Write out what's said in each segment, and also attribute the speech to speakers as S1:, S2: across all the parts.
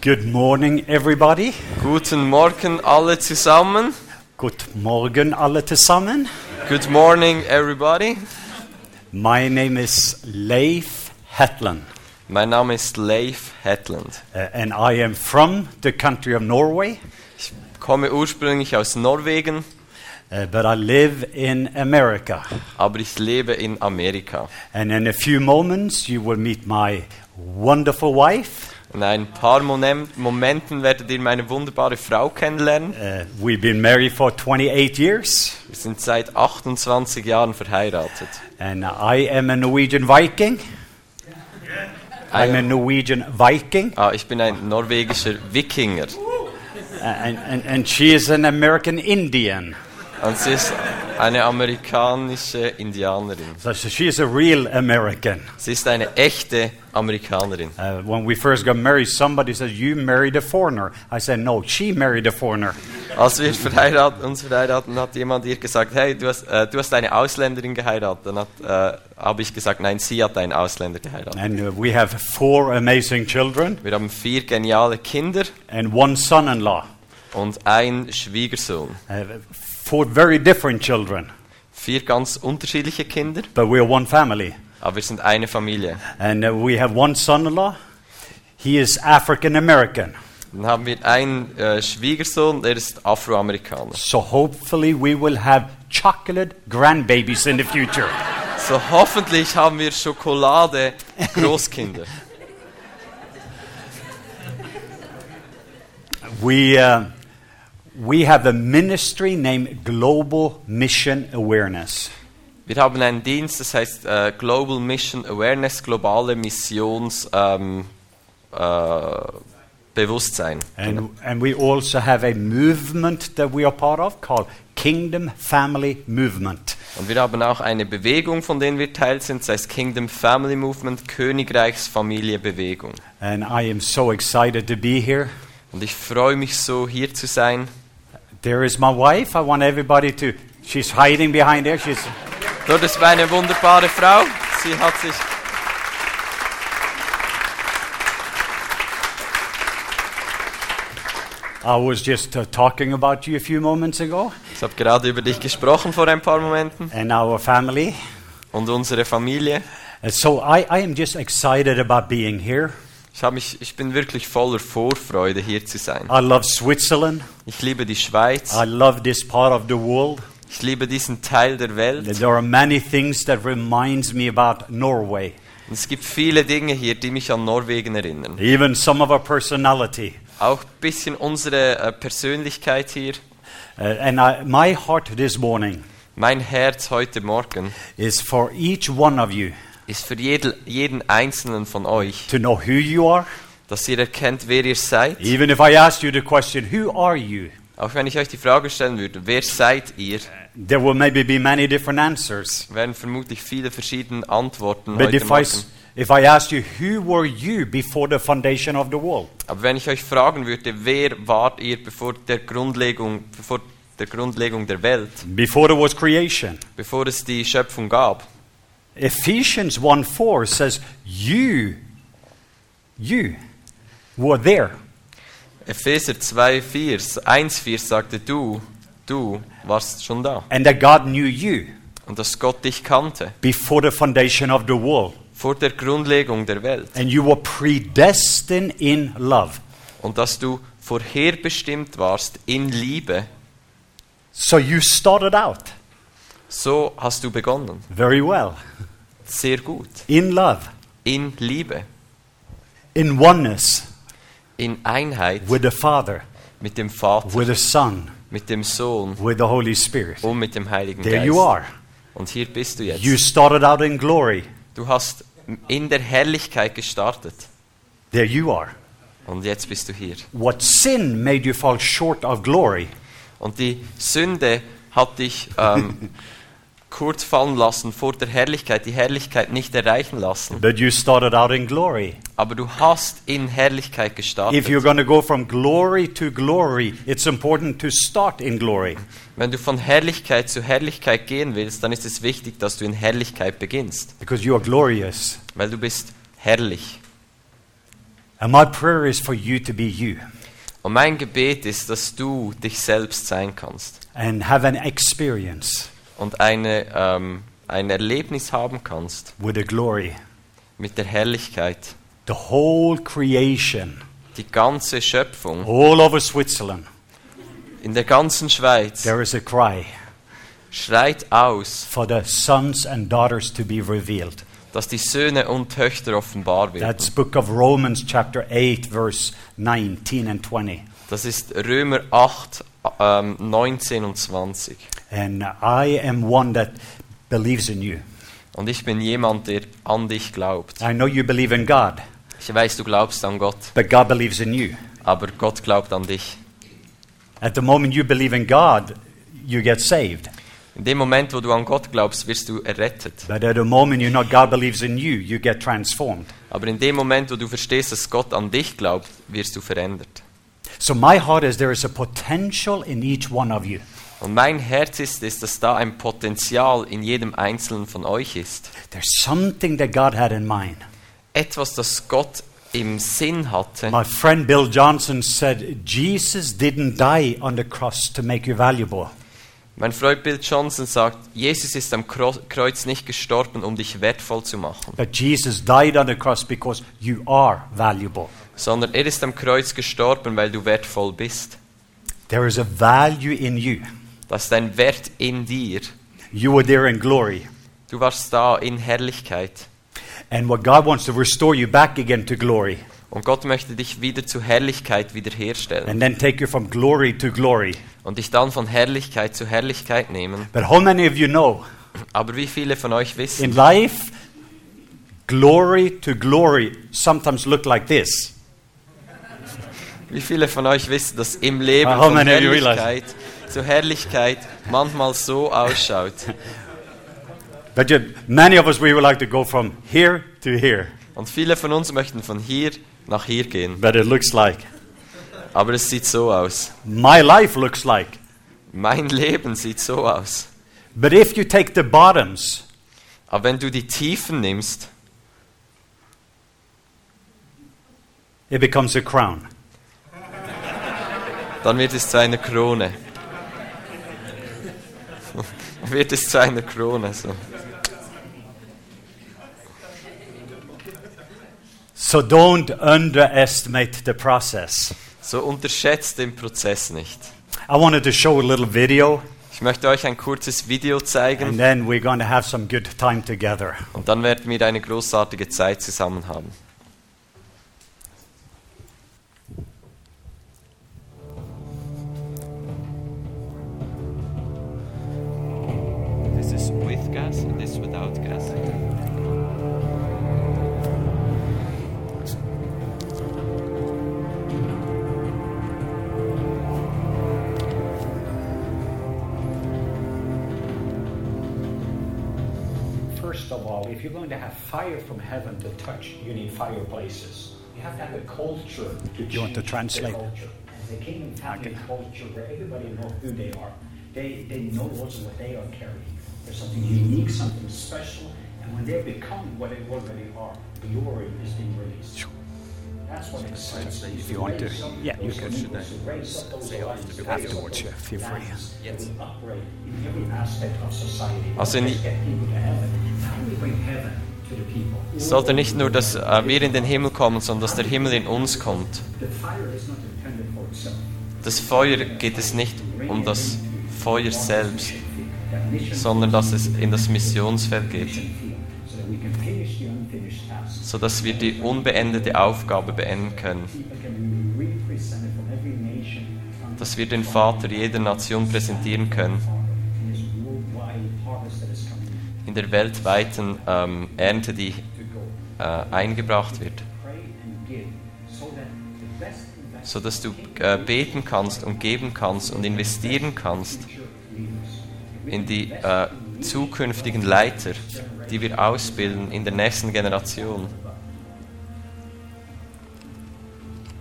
S1: Good morning, everybody.
S2: Guten Morgen alle zusammen.
S1: Good morgen, alle zusammen.
S2: Good morning everybody.
S1: My name is Leif Hetland,
S2: Mein Name ist Leif Hetland.
S1: uh, and I am from the country of Norway,
S2: Ich komme ursprünglich aus Norwegen,
S1: uh, but I live in America.
S2: aber ich lebe in Amerika.
S1: And in a few moments, you will meet my wonderful wife.
S2: In ein paar Monem- Momenten werdet ihr meine wunderbare Frau kennenlernen.
S1: Uh, we've been married for 28 years,
S2: Wir sind seit 28 Jahren verheiratet.
S1: and I am a Norwegian Viking. I'm a Norwegian Viking,
S2: Ah, ich bin ein norwegischer Wikinger
S1: and, and, and she is an American Indian.
S2: und sie ist eine amerikanische Indianerin.
S1: So so she is a real American.
S2: Sie ist eine echte Amerikanerin.
S1: Uh, when we first got married, somebody said, You married a foreigner. I said, No, she married a foreigner.
S2: Als wir verheirat, uns verheiraten, hat jemand ihr gesagt, hey, du hast, äh, du hast eine Ausländerin geheiratet. Dann hat, äh, habe ich gesagt, nein, sie hat einen Ausländer geheiratet.
S1: And uh, we have four amazing children
S2: Wir haben vier geniale Kinder
S1: and one son in law.
S2: und einen Schwiegersohn.
S1: Uh, four very different children,
S2: Vier ganz unterschiedliche Kinder,
S1: but we're one family.
S2: aber wir sind eine Familie.
S1: And uh, we have one son in law. He is African American.
S2: Dann haben wir einen äh, Schwiegersohn, der ist Afroamerikaner.
S1: So hopefully we will have chocolate grandbabies in the future.
S2: So hoffentlich haben wir Schokolade Großkinder.
S1: We, uh, we have a ministry named Global Mission Awareness.
S2: Wir haben einen Dienst, das heißt äh, Global Mission Awareness, globale Missionsbewusstsein. Ähm, äh, Bewusstsein.
S1: And, and we also have a movement that we are part of called Kingdom Family Movement.
S2: Und wir haben auch eine Bewegung, von der wir Teil sind, das heißt Kingdom Family Movement, Königreichsfamilie Bewegung.
S1: And I am so excited to be here.
S2: Und ich freue mich so, hier zu sein.
S1: There is my wife. I want everybody to. She's hiding behind there. She's,
S2: Dort ist meine wunderbare Frau. Sie hat sich.
S1: I was just uh, talking about you a few moments ago
S2: Ich habe gerade über dich gesprochen vor ein paar Momenten.
S1: and our family.
S2: Und unsere Familie.
S1: And so I, I am just excited about being here.
S2: Ich, hab mich, ich bin wirklich voller Vorfreude, hier zu sein.
S1: I love Switzerland.
S2: Ich liebe die Schweiz.
S1: I love this part of the world.
S2: Ich liebe diesen Teil der Welt.
S1: There are many things that reminds me about Norway,
S2: Und es gibt viele Dinge hier, die mich an Norwegen erinnern.
S1: even some of our personality.
S2: Auch ein bisschen unsere äh, Persönlichkeit hier.
S1: Uh, and I, my heart this morning
S2: Mein Herz heute Morgen
S1: is for each one of you
S2: ist für jedel, jeden Einzelnen von euch,
S1: to know who you are.
S2: dass ihr erkennt, wer ihr seid.
S1: Even if I ask you the question, who are you?
S2: Auch wenn ich euch die Frage stellen würde, wer seid ihr,
S1: There will maybe be many different answers.
S2: werden vermutlich viele verschiedene Antworten
S1: But
S2: heute
S1: if I,
S2: Morgen.
S1: s- if I ask you, who were you before the foundation of the world?
S2: Aber wenn ich euch fragen würde, wer wart ihr bevor der Grundlegung, bevor der Grundlegung der Welt,
S1: Before there was creation.
S2: bevor es die Schöpfung gab?
S1: Ephesians 1 4 says, You, you were there.
S2: Epheser 2,4, 1,4 sagte, du, du warst schon da.
S1: And that God knew you
S2: Und dass Gott dich kannte,
S1: before the foundation of the world.
S2: vor der Grundlegung der Welt.
S1: And you were predestined in love.
S2: Und dass du vorherbestimmt warst in Liebe,
S1: So you started out
S2: so hast du begonnen.
S1: very well,
S2: Sehr gut.
S1: in love,
S2: In Liebe,
S1: in oneness
S2: in Einheit
S1: with the Father,
S2: mit dem Vater,
S1: with the Son,
S2: mit dem Sohn
S1: with the Holy Spirit.
S2: und mit dem Heiligen
S1: There
S2: Geist.
S1: you are.
S2: Und hier bist du
S1: You
S2: jetzt.
S1: started out in glory.
S2: Du hast in der Herrlichkeit gestartet.
S1: There you are.
S2: Und jetzt bist du hier.
S1: What sin made you fall short of glory,
S2: Und die Sünde hat dich ähm, kurz fallen lassen vor der Herrlichkeit, die Herrlichkeit nicht erreichen lassen.
S1: but you started out in glory.
S2: Aber du hast in Herrlichkeit
S1: If you're
S2: gestartet.
S1: going to go from glory to glory, it's important to start in glory.
S2: Wenn du von Herrlichkeit zu Herrlichkeit gehen willst, dann ist es wichtig, dass du in Herrlichkeit beginnst,
S1: Because you are glorious.
S2: weil du bist herrlich.
S1: And my prayer is for you to be you
S2: Und mein Gebet ist, dass du dich selbst sein kannst
S1: and have an experience
S2: und eine, ähm, ein Erlebnis haben kannst
S1: with the glory.
S2: mit der Herrlichkeit.
S1: The whole creation,
S2: Die ganze Schöpfung
S1: all over Switzerland,
S2: in der ganzen Schweiz
S1: there is a cry
S2: schreit aus,
S1: for the sons and daughters to be revealed.
S2: dass die Söhne und Töchter offenbar werden.
S1: That's book of Romans chapter 8 verse 19 and 20.
S2: Das ist Römer 8, ähm, 19 und 20.
S1: And I am one that believes in you.
S2: Und ich bin jemand, der an dich glaubt.
S1: I know you believe in God,
S2: Ich weiß, du glaubst an Gott,
S1: but God believes in you.
S2: aber Gott glaubt an dich.
S1: At the moment you believe in God, you get saved.
S2: In dem Moment, wo du an Gott glaubst, wirst du errettet.
S1: But at the moment you know God believes in you, you get transformed.
S2: Aber in dem Moment, wo du verstehst, dass Gott an dich glaubt, wirst du verändert.
S1: So my heart is there is a potential in each one of you.
S2: Und mein Herz ist, ist, dass da ein Potenzial in jedem Einzelnen von euch ist.
S1: There's something that God had in mind.
S2: Etwas, das Gott im Sinn hatte.
S1: My friend Bill Johnson said, Jesus didn't die on the cross to make you valuable.
S2: Mein Freund Bill Johnson sagt, Jesus ist am Kro- Kreuz nicht gestorben, um dich wertvoll zu machen,
S1: But Jesus died on the cross because you are valuable.
S2: sondern er ist am Kreuz gestorben, weil du wertvoll bist.
S1: There is a value in you.
S2: Das ist ein Wert in dir.
S1: You were there in glory.
S2: Du warst da in Herrlichkeit.
S1: And what God wants to restore you back again to glory
S2: Und Gott möchte dich wieder zu Herrlichkeit wiederherstellen
S1: and then take you from glory to glory.
S2: und dich dann von Herrlichkeit zu Herrlichkeit nehmen.
S1: But how many of you know
S2: Aber wie viele von euch wissen,
S1: in life, glory to glory sometimes look like this?
S2: wie viele von euch wissen, dass im Leben
S1: How
S2: von
S1: many of you
S2: Herrlichkeit zu Herrlichkeit manchmal so ausschaut?
S1: But you, many of us, we would like to go from here to here.
S2: Und viele von uns möchten von hier nach hier gehen.
S1: But it looks like,
S2: Aber es sieht so aus.
S1: my life looks like.
S2: Mein Leben sieht so aus.
S1: But if you take the bottoms,
S2: Aber wenn du die Tiefen nimmst,
S1: it becomes a crown.
S2: dann wird es zu einer Krone. wird es zu einer Krone. So.
S1: So don't underestimate the process.
S2: so unterschätzt den Prozess nicht.
S1: I wanted to show a little video,
S2: Ich möchte euch ein kurzes Video
S1: and
S2: zeigen
S1: then we're going to have some good time together.
S2: und dann werden wir eine großartige Zeit zusammen haben. This is with gas and this without gas.
S1: First of all, if you're going to have fire from heaven to touch, you need fireplaces.
S3: You have to have a culture to
S1: You want to
S3: change
S1: translate?
S3: The culture. The kingdom family culture where everybody knows who they are. They, they know what's what they are carrying. There's something unique, something special, and when they become what they already are, glory is being released. That's what excites me.
S1: If you want to- yeah, you can
S3: should say
S1: afterwards, yeah, feel free.
S3: Yes. Operate in every aspect of society.
S2: Also in-
S3: Let's get people to heaven. How do we bring heaven to the people?
S2: Es sollte nicht nur, dass äh, wir in den Himmel kommen, sondern dass der Himmel in uns kommt.
S3: The fire is not intended for itself.
S2: Das Feuer geht es nicht um das Feuer selbst, sondern dass es in das Missionsfeld geht,
S3: So that we can finish the unfinished task.
S2: sodass wir die unbeendete Aufgabe beenden können,
S3: People can be represented from every nation unto
S2: dass wir den Vater jeder Nation präsentieren können
S3: Father in this worldwide harvest that is coming
S2: in der weltweiten ähm, Ernte, die
S3: to go.
S2: äh, eingebracht wird,
S3: Pray and give so that the best investment
S2: sodass du äh, beten kannst und geben kannst und investieren kannst
S3: leaders.
S2: in die äh, zukünftigen Leiter, die wir ausbilden in der nächsten Generation.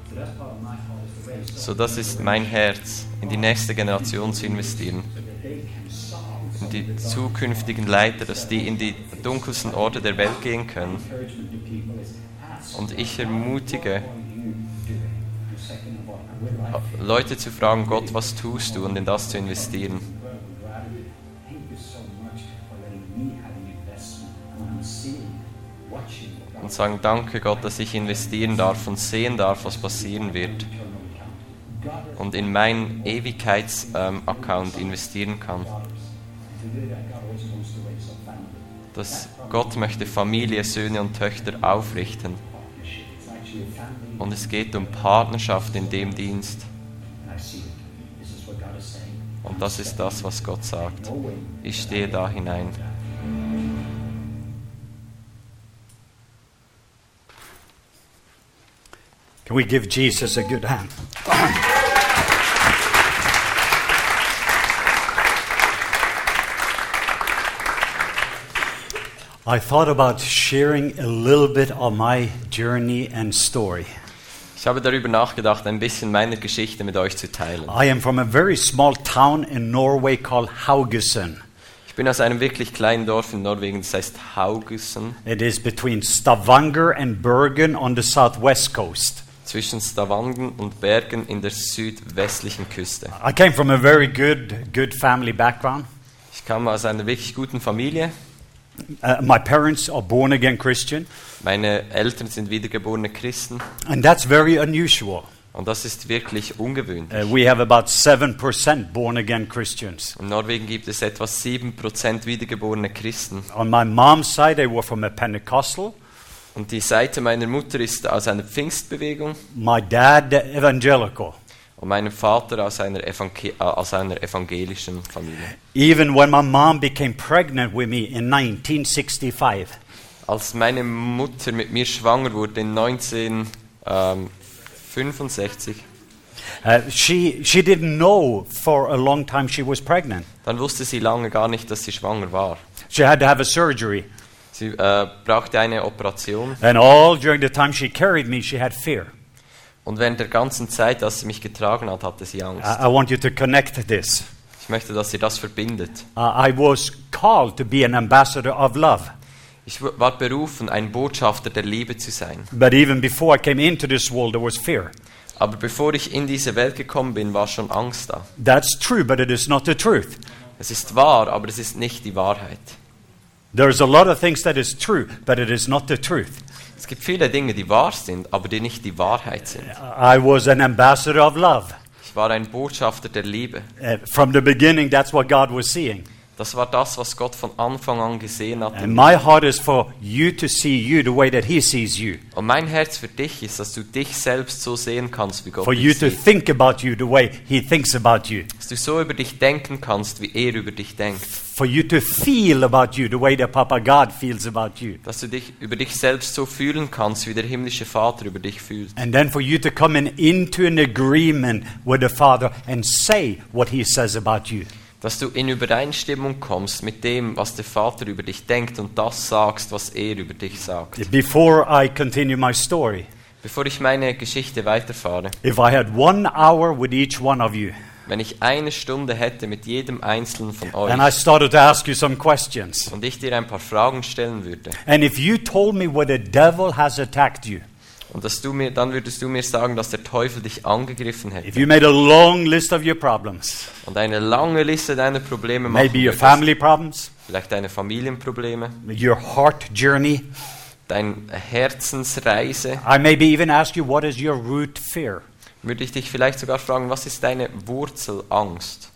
S3: So that's part of my heart is to raise up
S2: So, das ist mein Herz, in die nächste Generation zu investieren.
S3: so that they can solve
S2: Und
S3: some
S2: die zukünftigen Leiter, dass die in die dunkelsten Orte der Welt gehen können.
S3: encouragement to people is ask
S2: Und ich ermutige
S3: for you second of all, and we're like,
S2: Leute zu fragen, Gott, was tust du und in das zu investieren.
S3: well, we'd rather thank you so much for letting me have an investment when I'm seeing, watching what
S2: Und sagen, danke Gott, dass ich investieren darf und sehen darf, was passieren wird. Und in meinen Ewigkeits-Account investieren kann. Dass Gott möchte Familie, Söhne und Töchter aufrichten. Und es geht um Partnerschaft in dem Dienst.
S3: I see it. This is what God is saying.
S2: Und das ist das, was Gott sagt. Ich stehe da hinein.
S1: Can we give Jesus a good hand? I thought about sharing a little bit of my journey and story.
S2: Ich habe darüber nachgedacht, ein bisschen meine Geschichte mit euch zu teilen.
S1: I am from a very small town in Norway called Haugesund.
S2: Ich bin aus einem wirklich kleinen Dorf in Norwegen, das heißt Haugesund,
S1: It is between Stavanger and Bergen on the southwest coast.
S2: zwischen Stavanger und Bergen in der südwestlichen Küste.
S1: I came from a very good good family background.
S2: Ich kam aus einer wirklich guten Familie.
S1: Uh, my parents are born again Christian,
S2: Meine Eltern sind wiedergeborene Christen
S1: and that's very unusual.
S2: und das ist wirklich ungewöhnlich.
S1: Uh, we have about 7% born again Christians.
S2: In Norwegen gibt es etwa 7% wiedergeborene Christen.
S1: On my mom's side, they were from a Pentecostal.
S2: Und die Seite meiner Mutter ist aus einer Pfingstbewegung
S1: My dad, uh, evangelical.
S2: und meinem Vater aus einer, Evange äh, aus einer evangelischen Familie.
S1: Even when my mom became pregnant with me in 1965,
S2: Als meine Mutter mit mir schwanger wurde in ähm, 1965,
S1: uh, she, she didn't know for a long time she was pregnant.
S2: dann wusste sie lange gar nicht, dass sie schwanger war.
S1: She had to have a surgery.
S2: Sie äh, brauchte eine Operation
S1: And all during the time she carried me, she had fear.
S2: und während der ganzen Zeit, als sie mich getragen hat, hatte sie Angst.
S1: I, I want you to connect this.
S2: Ich möchte, dass sie das verbindet.
S1: Uh, I was called to be an ambassador of love.
S2: Ich w- war berufen, ein Botschafter der Liebe zu sein.
S1: But even before I came into this world, there was fear.
S2: Aber bevor ich in diese Welt gekommen bin, war schon Angst da.
S1: That's true, but it is not the truth.
S2: Es ist wahr, aber es ist nicht die Wahrheit.
S1: There's a lot of things that is true, but it is not the truth.
S2: Es gibt viele Dinge, die wahr sind, aber die nicht die Wahrheit sind.
S1: I was an ambassador of love.
S2: Ich war ein Botschafter der Liebe.
S1: Uh, from the beginning, that's what God was seeing.
S2: Das war das, was Gott von Anfang an gesehen hat.
S1: And my heart is for you to see you the way that He sees you,
S2: Und mein Herz für dich ist, dass du dich selbst so sehen kannst, wie Gott
S1: for you
S2: dich
S1: to
S2: sieht.
S1: think about you the way He thinks about you,
S2: Dass du so über dich denken kannst, wie er über dich denkt.
S1: for you to feel about you the way that Papa God feels about you,
S2: Dass du dich über dich selbst so fühlen kannst, wie der himmlische Vater über dich fühlt.
S1: and then for you to come in, into an agreement with the Father and say what He says about you.
S2: Dass du in Übereinstimmung kommst mit dem, was der Vater über dich denkt und das sagst, was er über dich sagt.
S1: Before I continue my story,
S2: Bevor ich meine Geschichte weiterfahre,
S1: if I had one hour with each one of you,
S2: wenn ich eine Stunde hätte mit jedem einzelnen von
S1: and I
S2: euch
S1: started to ask you some questions,
S2: und ich dir ein paar Fragen stellen würde,
S1: and if you told me where the devil has attacked you,
S2: Und dass du mir, dann würdest du mir sagen, dass der Teufel dich angegriffen
S1: if
S2: hätte.
S1: you made a long list of your problems,
S2: Und eine lange Liste deiner Probleme machen
S1: maybe your
S2: würdest.
S1: family problems,
S2: Vielleicht deine Familienprobleme,
S1: your heart journey,
S2: deine Herzensreise.
S1: I maybe even ask you what is your root fear,
S2: Würde ich dich vielleicht sogar fragen, was ist deine Wurzelangst?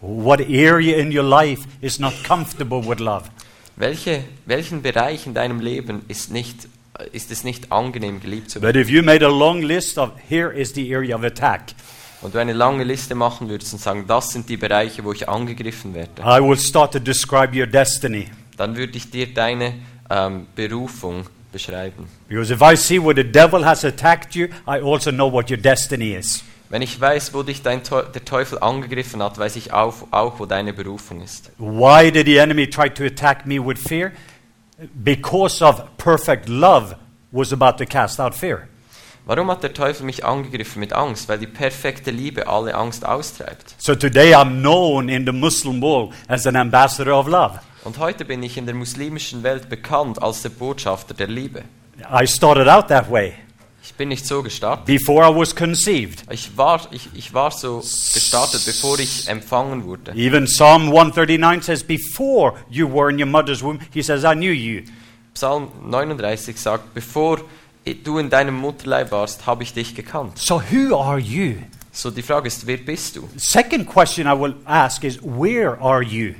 S1: what area in your life is not comfortable with love.
S2: Welche, welchen Bereich in deinem Leben ist, nicht, ist es nicht angenehm, geliebt zu werden?
S1: But if you made a long list of here is the area of attack,
S2: Und du eine lange Liste machen würdest und sagen, das sind die Bereiche, wo ich angegriffen werde,
S1: I will start to describe your destiny.
S2: dann würde ich dir deine ähm, Berufung beschreiben.
S1: Because if I see where the devil has attacked you, I also know what your destiny is.
S2: Wenn ich weiß, wo dich dein Teu der Teufel angegriffen hat, weiß ich auch, auch, wo deine Berufung ist.
S1: Why did the enemy try to attack me with fear? Because of perfect love was about to cast out fear.
S2: Warum hat der Teufel mich angegriffen mit Angst? Weil die perfekte Liebe alle Angst austreibt.
S1: So today I'm known in the Muslim world as an ambassador of love.
S2: Und heute bin ich in der muslimischen Welt bekannt als der Botschafter der Liebe.
S1: I started out that way.
S2: Ich bin nicht so gestartet.
S1: Before I was conceived.
S2: Ich war, ich, ich war so gestartet, bevor ich empfangen wurde.
S1: Even Psalm 139 says, Before you were in your mother's womb, he says, I knew you.
S2: Psalm 39 sagt, bevor du in deinem Mutterleib warst, habe ich dich gekannt.
S1: So who are you?
S2: So die Frage ist, wer bist du?
S1: Second question I will ask is, Where are you?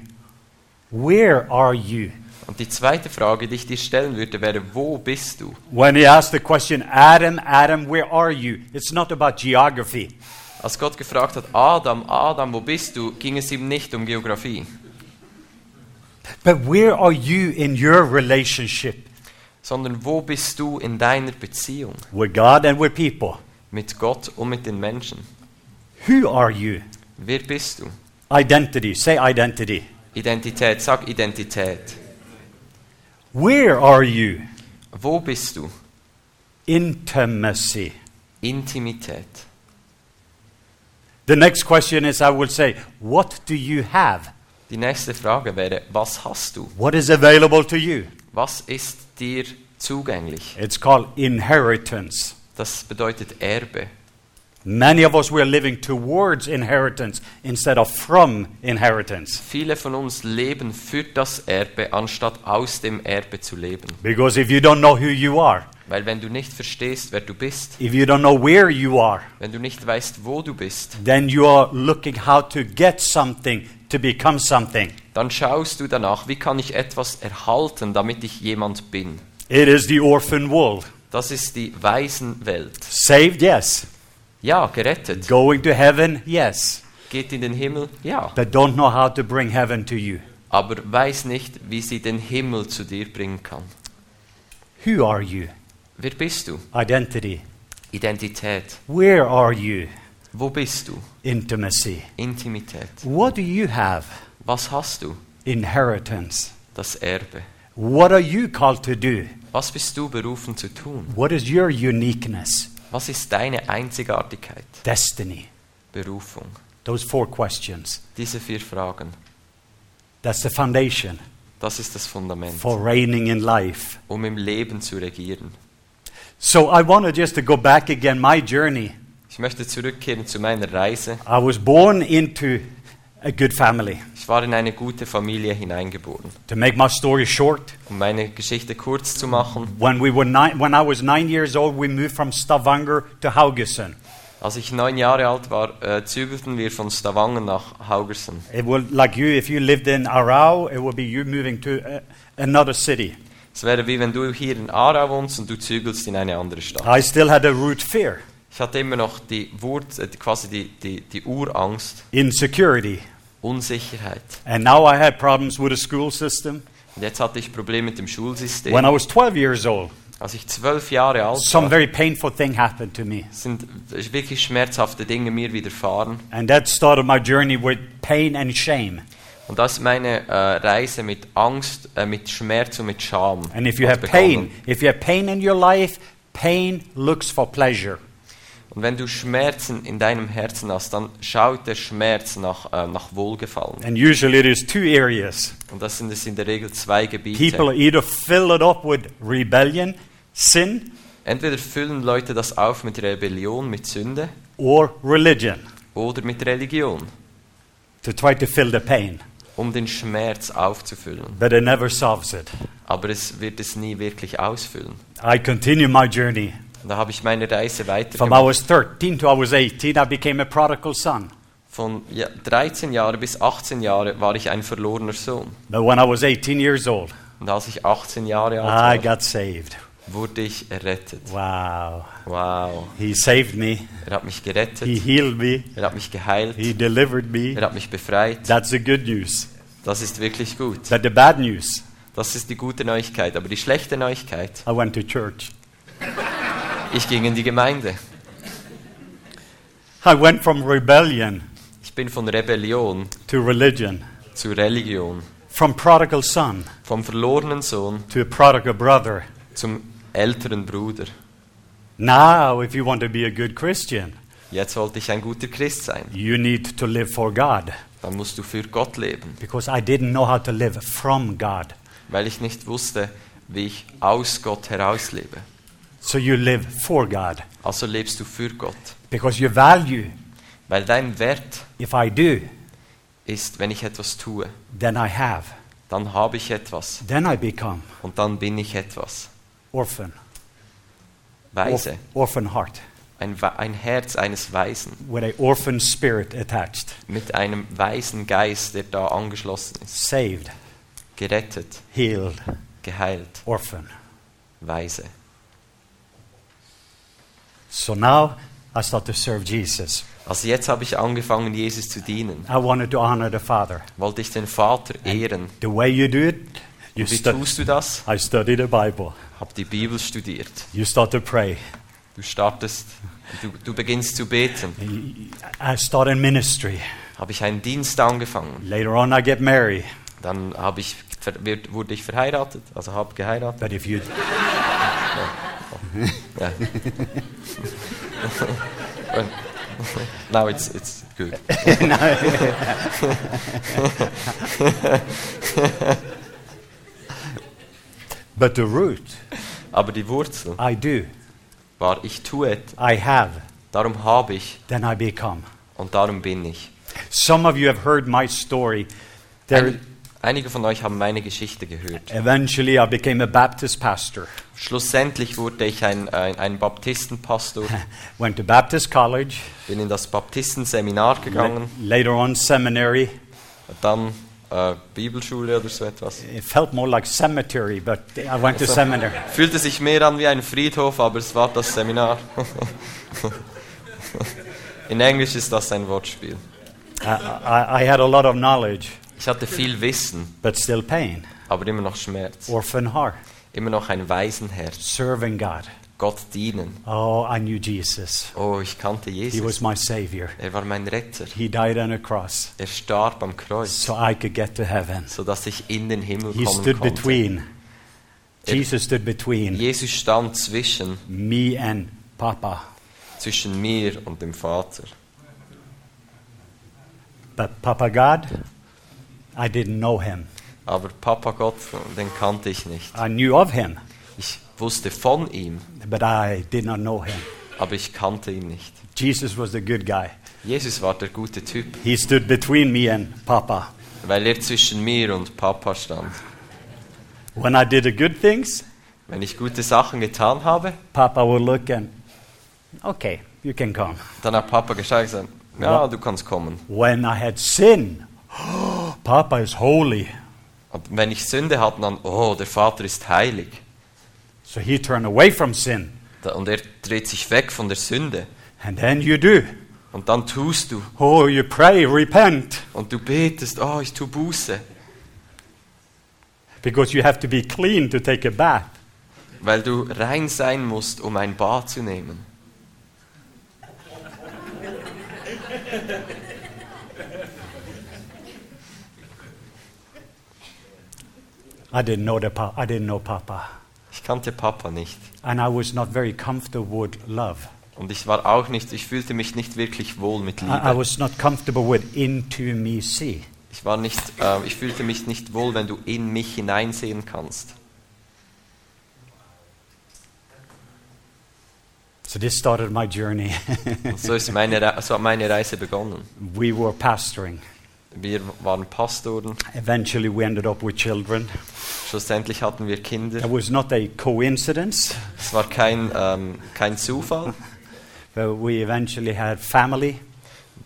S1: Where are you?
S2: Und die zweite Frage, die ich dir stellen würde, wäre, wo bist du?
S1: When he asked the question, Adam, Adam, where are you? It's not about geography.
S2: Als Gott gefragt hat, Adam, Adam, wo bist du, ging es ihm nicht um Geografie,
S1: But where are you in your relationship
S2: sondern wo bist du in deiner Beziehung
S1: with God and with people?
S2: mit Gott und mit den Menschen?
S1: Who are you?
S2: Wer bist du?
S1: Identity. Say identity.
S2: Identität, sag Identität.
S1: Where are you?
S2: Wo bist du?
S1: Intimacy.
S2: Intimität.
S1: The next question is I would say, What do you have?
S2: Die nächste Frage wäre, was hast du?
S1: What is available to you?
S2: Was ist dir zugänglich?
S1: It's called inheritance.
S2: Das bedeutet Erbe.
S1: Many of us we are living towards inheritance instead of from inheritance.
S2: Viele von uns leben für das Erbe, anstatt aus dem Erbe zu leben.
S1: Because if you don't know who you are,
S2: Weil wenn du nicht verstehst, wer du bist,
S1: if you don't know where you are,
S2: wenn du nicht weißt, wo du bist,
S1: then you are looking how to get something to become something.
S2: dann schaust du danach, wie kann ich etwas erhalten, damit ich jemand bin.
S1: It is the orphan world.
S2: Das ist die Waisenwelt.
S1: Saved, yes.
S2: Ja, gerettet.
S1: Going to heaven, yes.
S2: Geht in den Himmel? Ja.
S1: But don't know how to bring heaven to you.
S2: Aber weiß nicht, wie sie den Himmel zu dir bringen kann.
S1: Who are you?
S2: Wer bist du?
S1: Identity.
S2: Identität.
S1: Where are you?
S2: Wo bist du?
S1: Intimacy.
S2: Intimität.
S1: What do you have?
S2: Was hast du?
S1: Inheritance.
S2: Das Erbe.
S1: What are you called to do?
S2: Was bist du berufen zu tun?
S1: What is your uniqueness?
S2: Was ist deine Einzigartigkeit?
S1: Destiny.
S2: Berufung.
S1: Those four questions.
S2: Diese vier Fragen.
S1: That's the foundation
S2: Das ist das Fundament,
S1: for reigning in life.
S2: um im Leben zu regieren.
S1: So I want to just to go back again my journey.
S2: Ich möchte zurückkehren zu meiner Reise.
S1: I was born into a good family.
S2: Ich war in eine gute Familie hineingeboren.
S1: To make my story short,
S2: Um meine Geschichte kurz zu machen,
S1: when we were nine, when I was 9 years old, we moved from Stavanger to Haugesund.
S2: als ich neun Jahre alt war, äh, zügelten wir von Stavanger nach Haugersen.
S1: It would like you if you lived in Arau, it would be you moving to uh, another city.
S2: Es wäre wie wenn du hier in Aarau wohnst und du zügelst in eine andere Stadt.
S1: I still had a root fear,
S2: Ich hatte immer noch die Wurt, äh, quasi die, die, die Urangst,
S1: insecurity,
S2: Unsicherheit.
S1: and now I had problems with the school system.
S2: Und jetzt hatte ich Probleme mit dem
S1: When I
S2: Schulsystem.
S1: was 12 years old,
S2: Als ich zwölf Jahre alt
S1: some
S2: war,
S1: very painful thing happened to me,
S2: sind wirklich schmerzhafte Dinge mir widerfahren.
S1: and that started my journey with pain and shame.
S2: Und das ist meine äh, Reise mit Angst, äh, mit Schmerz und mit Scham.
S1: And if you
S2: hat
S1: have pain,
S2: begonnen.
S1: if you have pain in your life, pain looks for pleasure.
S2: Und wenn du Schmerzen in deinem Herzen hast, dann schaut der Schmerz nach, äh, nach Wohlgefallen.
S1: And usually there's two areas.
S2: Und das sind es in der Regel zwei Gebiete.
S1: People either fill it up with rebellion, sin,
S2: Entweder füllen Leute das auf mit Rebellion, mit Sünde
S1: or religion
S2: oder mit Religion,
S1: to try to fill the pain.
S2: um den Schmerz aufzufüllen.
S1: But it never solves it.
S2: Aber es wird es nie wirklich ausfüllen.
S1: I continued my journey.
S2: Und da habe ich meine Reise
S1: From I
S2: weitergemacht.
S1: was 13 to I was 18, I became a prodigal son.
S2: Von ja, 13 Jahre bis 18 Jahre war ich ein verlorener Sohn.
S1: But when I was 18 years old,
S2: Und als ich 18 Jahre
S1: I
S2: alt war,
S1: got saved.
S2: wurde ich errettet.
S1: Wow.
S2: Wow.
S1: He saved me.
S2: Er hat mich
S1: He
S2: gerettet.
S1: healed me.
S2: Er hat mich
S1: He
S2: geheilt.
S1: delivered me.
S2: Er hat mich befreit.
S1: That's the good news.
S2: Das ist wirklich gut.
S1: But the bad news,
S2: Das ist die gute Neuigkeit. Aber die schlechte Neuigkeit,
S1: I went to church.
S2: ich ging in die Gemeinde.
S1: I went from rebellion
S2: Ich bin von Rebellion
S1: to religion,
S2: zu Religion.
S1: from prodigal son
S2: Vom verlorenen Sohn
S1: to a prodigal brother.
S2: zum älteren Bruder.
S1: Now, if you want to be a good Christian,
S2: Jetzt wollte ich ein guter Christ sein.
S1: you need to live for God
S2: Dann musst du für Gott leben,
S1: because I didn't know how to live from God.
S2: weil ich nicht wusste, wie ich aus Gott herauslebe.
S1: So you live for God
S2: Also lebst du für Gott.
S1: because your value,
S2: Weil dein Wert
S1: if I do,
S2: ist, wenn ich etwas tue,
S1: then I have,
S2: dann habe ich etwas
S1: then I become
S2: und dann bin ich etwas.
S1: orphan,
S2: Weise.
S1: orph- orphan heart
S2: Ein, Wa- ein Herz eines Weisen
S1: with an orphan spirit attached,
S2: mit einem weisen Geist, der da angeschlossen ist.
S1: saved,
S2: Gerettet,
S1: healed,
S2: geheilt,
S1: orphan.
S2: weise.
S1: So now I start to serve Jesus.
S2: Also jetzt habe ich angefangen, Jesus zu dienen.
S1: I wanted to honor the Father.
S2: Wollte ich den Vater ehren.
S1: The way you do it, you
S2: Wie
S1: stu-
S2: tust du das?
S1: I study the Bible.
S2: Hab die Bibel studiert.
S1: You start to pray.
S2: Du startest, du, du beginnst zu beten.
S1: I start in ministry.
S2: Habe ich einen Dienst angefangen.
S1: Later on, I get married.
S2: Dann habe ich, ver- wird- wurde ich verheiratet, also habe geheiratet.
S1: But if you,
S2: Ja. Now it's, it's good.
S1: but the root,
S2: Aber die Wurzel
S1: I do,
S2: war, ich tue es,
S1: I have,
S2: darum habe ich
S1: then I become.
S2: und darum bin ich.
S1: Some of you have heard my story. There,
S2: Ein, einige von euch haben meine Geschichte gehört.
S1: eventually, I became a Baptist pastor.
S2: Schlussendlich wurde ich ein, ein, ein Baptistenpastor,
S1: Went to Baptist college.
S2: bin in das Baptistenseminar gegangen,
S1: Later on, seminary.
S2: dann äh, Bibelschule oder so etwas.
S1: It felt more like cemetery, but I went to seminary.
S2: Fühlte sich mehr an wie ein Friedhof, aber es war das Seminar. In Englisch ist das ein Wortspiel.
S1: I, I, I had a lot of knowledge,
S2: Ich hatte viel Wissen,
S1: but still pain.
S2: aber immer noch Schmerz.
S1: Orphan heart,
S2: Immer noch ein Waisenherz.
S1: serving God.
S2: Gott dienen.
S1: Oh, I knew Jesus.
S2: Oh, ich kannte
S1: He was
S2: Jesus.
S1: my Savior.
S2: Er war mein Retter.
S1: He died on a cross
S2: Er starb am Kreuz,
S1: so I could get to heaven.
S2: sodass ich in den Himmel
S1: He
S2: kommen
S1: stood
S2: konnte.
S1: between. Jesus stood between
S2: Jesus stand zwischen,
S1: me and Papa.
S2: zwischen mir und dem Vater.
S1: But Papa God, I didn't know him.
S2: Aber Papa Gott, den kannte ich nicht.
S1: I knew of him,
S2: Ich wusste von ihm,
S1: but I did not know him.
S2: aber ich kannte ihn nicht.
S1: Jesus was the good guy.
S2: Jesus war der gute Typ,
S1: He stood between me and Papa.
S2: weil er zwischen mir und Papa stand.
S1: When I did the good things,
S2: Wenn ich gute Sachen getan habe,
S1: Papa would look and, okay, you can come.
S2: dann hat Papa geschaut und gesagt, ja, du kannst kommen.
S1: When I had sin, Papa is holy.
S2: Und wenn ich Sünde hatte, dann, oh, der Vater ist heilig.
S1: So he turned away from sin.
S2: Da- Und er dreht sich weg von der Sünde.
S1: And then you do.
S2: Und dann tust du.
S1: Oh, you pray, repent,
S2: Und du betest, oh, ich tue Buße.
S1: because you have to be clean to take a bath.
S2: Weil du rein sein musst, um ein Bad zu nehmen.
S1: I didn't know the pa- I didn't know Papa,
S2: Ich kannte Papa nicht.
S1: and I was not very comfortable with love.
S2: Und ich war auch nicht, ich fühlte mich nicht wirklich wohl mit
S1: I, I
S2: Liebe.
S1: was not comfortable with into me see.
S2: Ich, war nicht, äh, ich fühlte mich nicht wohl, wenn du in mich hineinsehen kannst.
S1: So this started my journey.
S2: Und so, ist meine Re so hat meine Reise begonnen.
S1: we were pastoring.
S2: Wir waren Pastoren,
S1: Eventually, we ended up with children.
S2: schlussendlich hatten wir
S1: It
S2: Kinder.
S1: was not a coincidence.
S2: Es war kein, ähm, kein Zufall.
S1: But we eventually had family.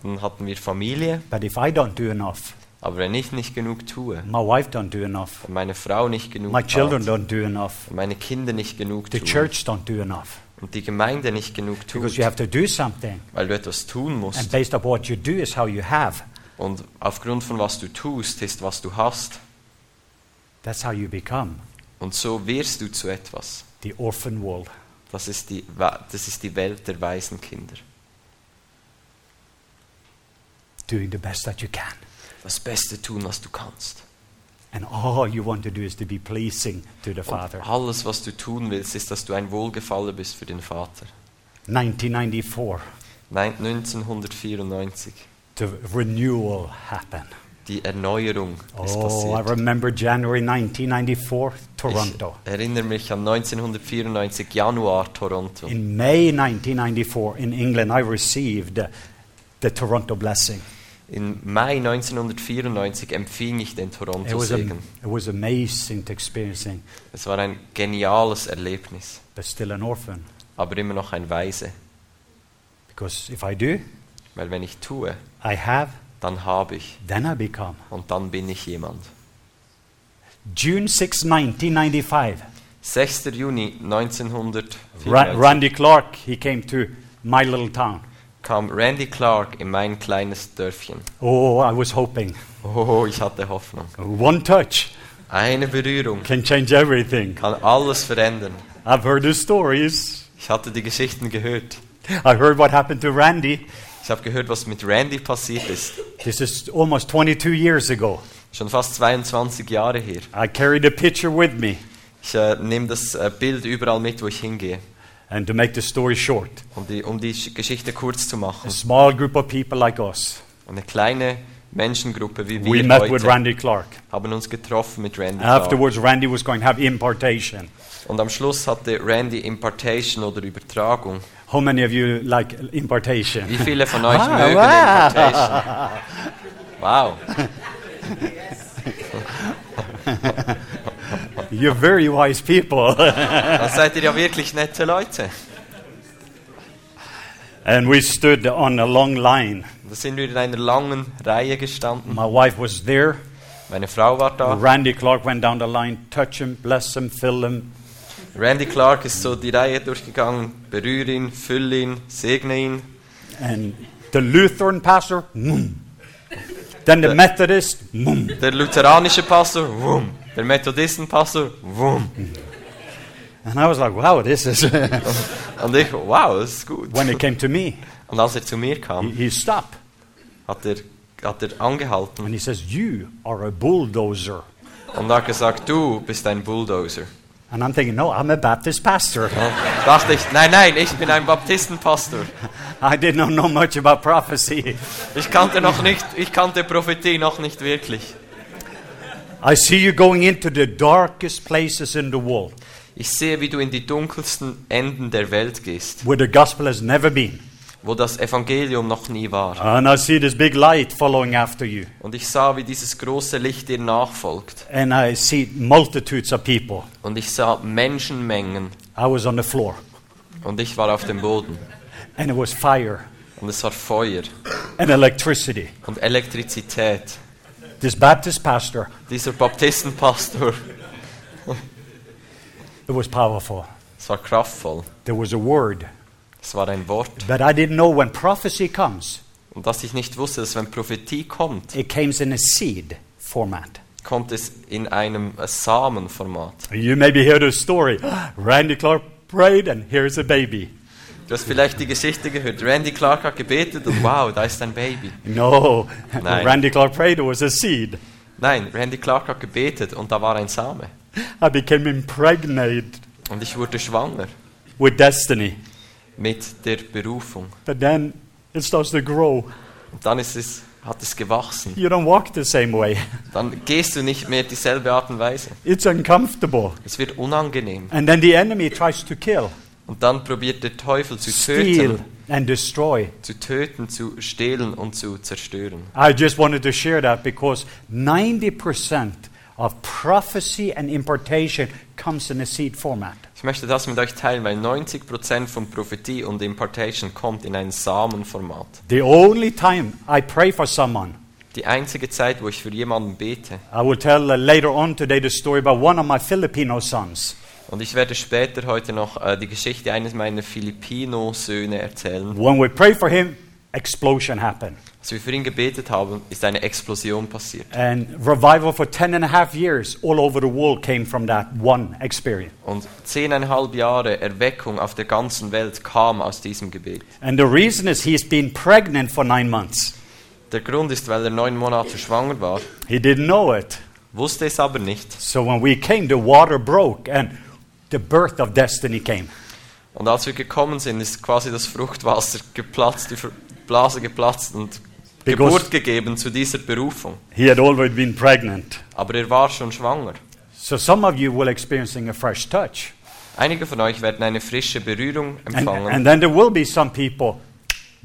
S2: Dann hatten wir Familie.
S1: But if I don't do enough,
S2: Aber wenn ich nicht genug tue,
S1: my wife don't do enough,
S2: und meine Frau nicht genug
S1: my children
S2: tat,
S1: don't do enough,
S2: und meine Kinder nicht genug
S1: the
S2: tun
S1: church don't do enough,
S2: und die Gemeinde nicht genug
S1: because
S2: tut,
S1: you have to do something.
S2: weil du etwas tun
S1: And
S2: musst
S1: based on what you do is how you have.
S2: und aufgrund von was du tust, ist was du hast
S1: That's how you become
S2: und so wirst du zu etwas.
S1: the orphan world.
S2: Das ist die, Wa- das ist die Welt der Waisenkinder.
S1: doing the best that you can.
S2: Das Beste tun, was du kannst.
S1: And all you want to do is to be pleasing to the
S2: Und
S1: Father.
S2: alles, was du tun willst, ist, dass du ein Wohlgefalle bist für den Vater.
S1: 1994,
S2: Nein, 1994,
S1: the renewal happened.
S2: Die Erneuerung ist
S1: Oh, I
S2: passiert.
S1: remember January 1994,
S2: Ich
S1: Toronto.
S2: erinnere mich an 1994, Januar, Toronto.
S1: In May 1994, in England, I received uh, the Toronto blessing.
S2: Im Mai 1994 empfing ich den
S1: It was, am-
S2: Toronto-Segen.
S1: it was amazing to experiencing,
S2: Es war ein geniales Erlebnis,
S1: but still an orphan.
S2: aber immer noch ein Weise.
S1: Because if I do,
S2: Weil wenn ich tue,
S1: I have,
S2: dann habe ich
S1: then I become.
S2: und dann bin ich jemand.
S1: June 6, 1995,
S2: 6. Juni
S1: Ra-
S2: 1994
S1: Randy Clark, he came to my little town.
S2: kam Randy Clark in mein kleines Dörfchen.
S1: Oh, I was hoping.
S2: Oh, ich hatte Hoffnung.
S1: One touch
S2: Eine Berührung
S1: can change everything.
S2: kann alles verändern.
S1: I've heard the stories.
S2: Ich hatte die Geschichten gehört.
S1: I heard what happened to Randy.
S2: Ich habe gehört, was mit Randy passiert ist.
S1: This is almost 22 years ago.
S2: Schon fast 22 Jahre her.
S1: I carried a picture with me.
S2: Ich äh, nehme das äh, Bild überall mit, wo ich hingehe.
S1: And to make the story short,
S2: Um die, um die Sch- Geschichte kurz zu
S1: a
S2: machen.
S1: small group of people like us,
S2: Eine kleine Menschengruppe wie
S1: we
S2: wir
S1: met with
S2: heute
S1: Randy Clark.
S2: haben uns getroffen mit Randy. Clark.
S1: Afterwards, Randy was going to have impartation.
S2: Und am Schluss hatte Randy Impartation oder Übertragung.
S1: How many of you like impartation?
S2: Wie viele von euch
S1: Ah,
S2: mögen
S1: wow.
S2: Impartation? Wow.
S1: You're very wise people.
S2: Dann seid ihr ja wirklich nette Leute.
S1: and we stood on a long line.
S2: Da sind wir in einer langen Reihe gestanden.
S1: My wife was there.
S2: Meine Frau war da.
S1: Randy Clark went down the line, touch him, bless him, fill him.
S2: Randy Clark ist so die Reihe durchgegangen. Berühr ihn, füll ihn, segne ihn.
S1: And the Lutheran pastor, mm. then the Methodist, mm.
S2: Der lutheranische Pastor, wumm. Der Methodistenpastor, wumm.
S1: and I was like, wow, this is.
S2: Und ich, wow, das ist gut.
S1: when it came to me,
S2: Und als er zu mir
S1: he,
S2: kam,
S1: he stopped
S2: hat er, hat er angehalten
S1: and he says, You are a bulldozer.
S2: und hat gesagt, du bist ein Bulldozer.
S1: And I'm thinking, No, I'm a Baptist pastor.
S2: Und dachte ich, nein, nein, ich bin ein Baptistenpastor.
S1: I did not know much about prophecy.
S2: Ich kannte noch nicht, ich kannte Prophetie noch nicht wirklich.
S1: I see you going into the darkest places in the world
S2: Ich sehe, wie du in die dunkelsten Enden der Welt gehst,
S1: where the gospel has never been.
S2: wo das Evangelium noch nie war.
S1: And I see this big light following after you.
S2: Und ich sah, wie dieses große Licht dir nachfolgt.
S1: And I see multitudes of people.
S2: Und ich sah Menschenmengen.
S1: I was on the floor
S2: Und ich war auf dem Boden.
S1: and it was fire
S2: Und es war Feuer
S1: and electricity.
S2: und Elektrizität.
S1: This Baptist pastor,
S2: Dieser Baptistenpastor,
S1: it was powerful.
S2: es war kraftvoll.
S1: There was a word.
S2: Es war ein Wort.
S1: But I didn't know when prophecy comes,
S2: Und dass ich nicht wusste, dass wenn Prophetie kommt,
S1: it comes in a seed format.
S2: kommt es in einem äh, Samenformat.
S1: You maybe hear the story. Randy Clark prayed, and here's a baby.
S2: Du hast vielleicht die Geschichte gehört. Randy Clark hat gebetet und wow, da ist ein Baby.
S1: No,
S2: Nein.
S1: Randy Clark prayed it was a seed.
S2: Nein, Randy Clark hat gebetet und da war ein Same.
S1: I became impregnated
S2: Und ich wurde schwanger
S1: with destiny.
S2: mit der Berufung.
S1: But then it starts to grow.
S2: Und dann ist es, hat es gewachsen.
S1: You don't walk the same way.
S2: Dann gehst du nicht mehr dieselbe Art und Weise.
S1: It's uncomfortable.
S2: Es wird unangenehm.
S1: And then the enemy tries to kill,
S2: Und dann probiert der Teufel zu
S1: steal,
S2: töten,
S1: and destroy.
S2: zu töten, zu stehlen und zu zerstören.
S1: I just wanted to share that because 90% of prophecy and impartation comes in a seed format.
S2: Ich möchte das mit euch teilen, weil 90% von Prophetie und Impartation kommt in ein Samenformat.
S1: The only time I pray for someone,
S2: Die einzige Zeit, wo ich für jemanden bete,
S1: I will tell uh, later on today the story about one of my Filipino sons.
S2: Und ich werde später heute noch äh, die Geschichte eines meiner Filipino-Söhne erzählen.
S1: When we pray for him, explosion happened.
S2: Als wir für ihn gebetet haben, ist eine Explosion passiert.
S1: And revival for 10 and a half years all over the world came from that one experience.
S2: Und zehneinhalb Jahre Erweckung auf der ganzen Welt kam aus diesem Gebet.
S1: And the reason is he's been pregnant for nine months.
S2: Der Grund ist, weil er neun Monate schwanger war,
S1: He didn't know it.
S2: wusste es aber nicht.
S1: So when we came, the water broke and the birth of destiny came.
S2: Und als wir gekommen sind, ist quasi das Fruchtwasser geplatzt, die Fr- Blase geplatzt und
S1: because
S2: Geburt gegeben zu dieser Berufung.
S1: he had already been pregnant.
S2: Aber er war schon schwanger.
S1: So some of you will experiencing a fresh touch.
S2: Einige von euch werden eine frische Berührung
S1: And,
S2: empfangen.
S1: and then there will be some people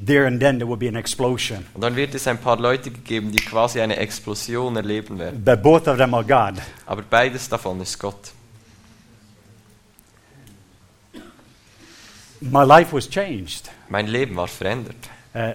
S1: there and then there will be an explosion.
S2: Und dann wird es ein paar Leute gegeben, die quasi eine Explosion erleben werden.
S1: But both of them are God.
S2: Aber beides davon ist Gott.
S1: My life was changed.
S2: Mein Leben war verändert.
S1: Uh,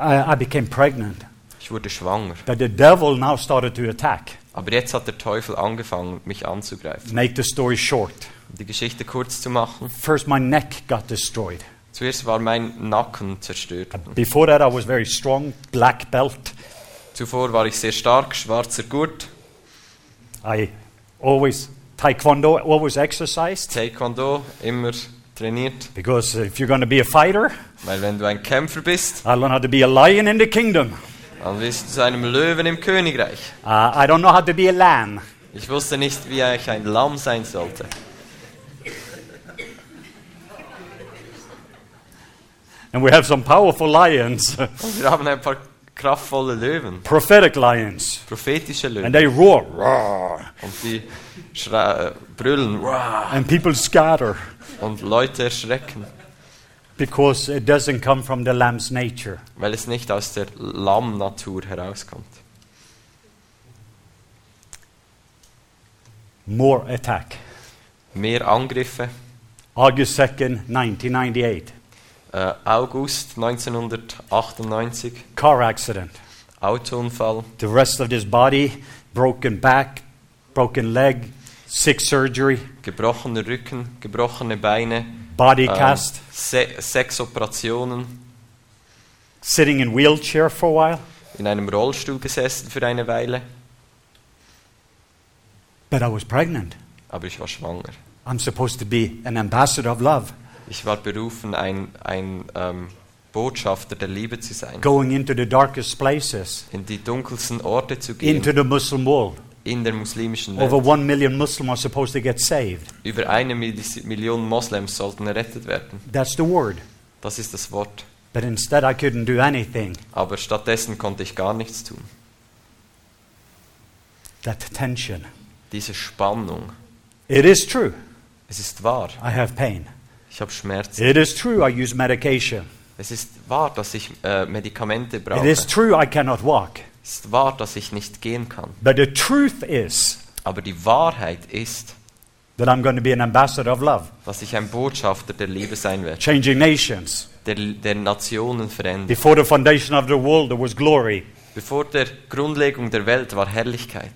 S1: I, I became pregnant.
S2: Ich wurde schwanger.
S1: But the devil now started to attack.
S2: Aber jetzt hat der Teufel angefangen, mich anzugreifen.
S1: Make the story short.
S2: Um die Geschichte kurz zu machen.
S1: First, my neck got destroyed.
S2: Zuerst war mein Nacken zerstört.
S1: Before that, I was very strong, black belt.
S2: Zuvor war ich sehr stark, schwarzer Gurt,
S1: I always, taekwondo, always exercised.
S2: Taekwondo, immer trainiert.
S1: Because if you're going to be a fighter,
S2: Weil wenn du ein Kämpfer bist,
S1: I learned how to be a lion in the kingdom.
S2: dann wirst du zu einem Löwen im Königreich.
S1: Uh, I don't know how to be a lamb.
S2: Ich wusste nicht, wie ich ein Lamm sein sollte.
S1: And we have some powerful lions,
S2: Und wir haben ein paar kraftvolle Löwen,
S1: prophetic lions.
S2: prophetische
S1: And
S2: Löwen.
S1: they roar, roar.
S2: Und die schra- äh, brüllen "Wah!"
S1: And people scatter
S2: und Leute erschrecken,
S1: because it doesn't come from the lamb's nature.
S2: weil es nicht aus der Lammnatur herauskommt.
S1: More attack.
S2: Mehr Angriffe.
S1: August 2nd, 1998.
S2: Äh, August 1998,
S1: Car accident.
S2: Autounfall.
S1: The rest of this body, broken back, broken leg, sick surgery,
S2: gebrochener Rücken, gebrochene Beine,
S1: body
S2: ähm,
S1: cast,
S2: se sechs Operationen,
S1: sitting in wheelchair for a while.
S2: in einem Rollstuhl gesessen für eine Weile,
S1: But I was pregnant.
S2: aber ich war schwanger.
S1: I'm supposed to be an ambassador of love,
S2: Ich war berufen, ein, ein ähm, Botschafter der Liebe zu sein,
S1: going into the darkest places,
S2: in die dunkelsten Orte zu gehen,
S1: into the Muslim world.
S2: in der muslimischen Welt.
S1: Over one million Muslims are supposed to get saved.
S2: Über eine Milli- Million Moslems sollten errettet werden.
S1: That's the word.
S2: Das ist das Wort.
S1: But instead, I couldn't do anything.
S2: Aber stattdessen konnte ich gar nichts tun.
S1: That tension.
S2: Diese Spannung.
S1: It is true.
S2: Es ist wahr.
S1: I have pain.
S2: Ich habe Schmerzen.
S1: It is true. I use medication.
S2: Es ist wahr, dass ich äh, Medikamente brauche.
S1: It is true. I cannot walk.
S2: Es ist wahr, dass ich nicht gehen kann.
S1: But the truth is
S2: Aber die Wahrheit ist,
S1: that I'm going to be an ambassador of love,
S2: dass ich ein Botschafter der Liebe sein werde,
S1: changing nations.
S2: der, der Nationen verändert.
S1: Before the foundation of the world, there was glory.
S2: Bevor der Grundlegung der Welt war Herrlichkeit.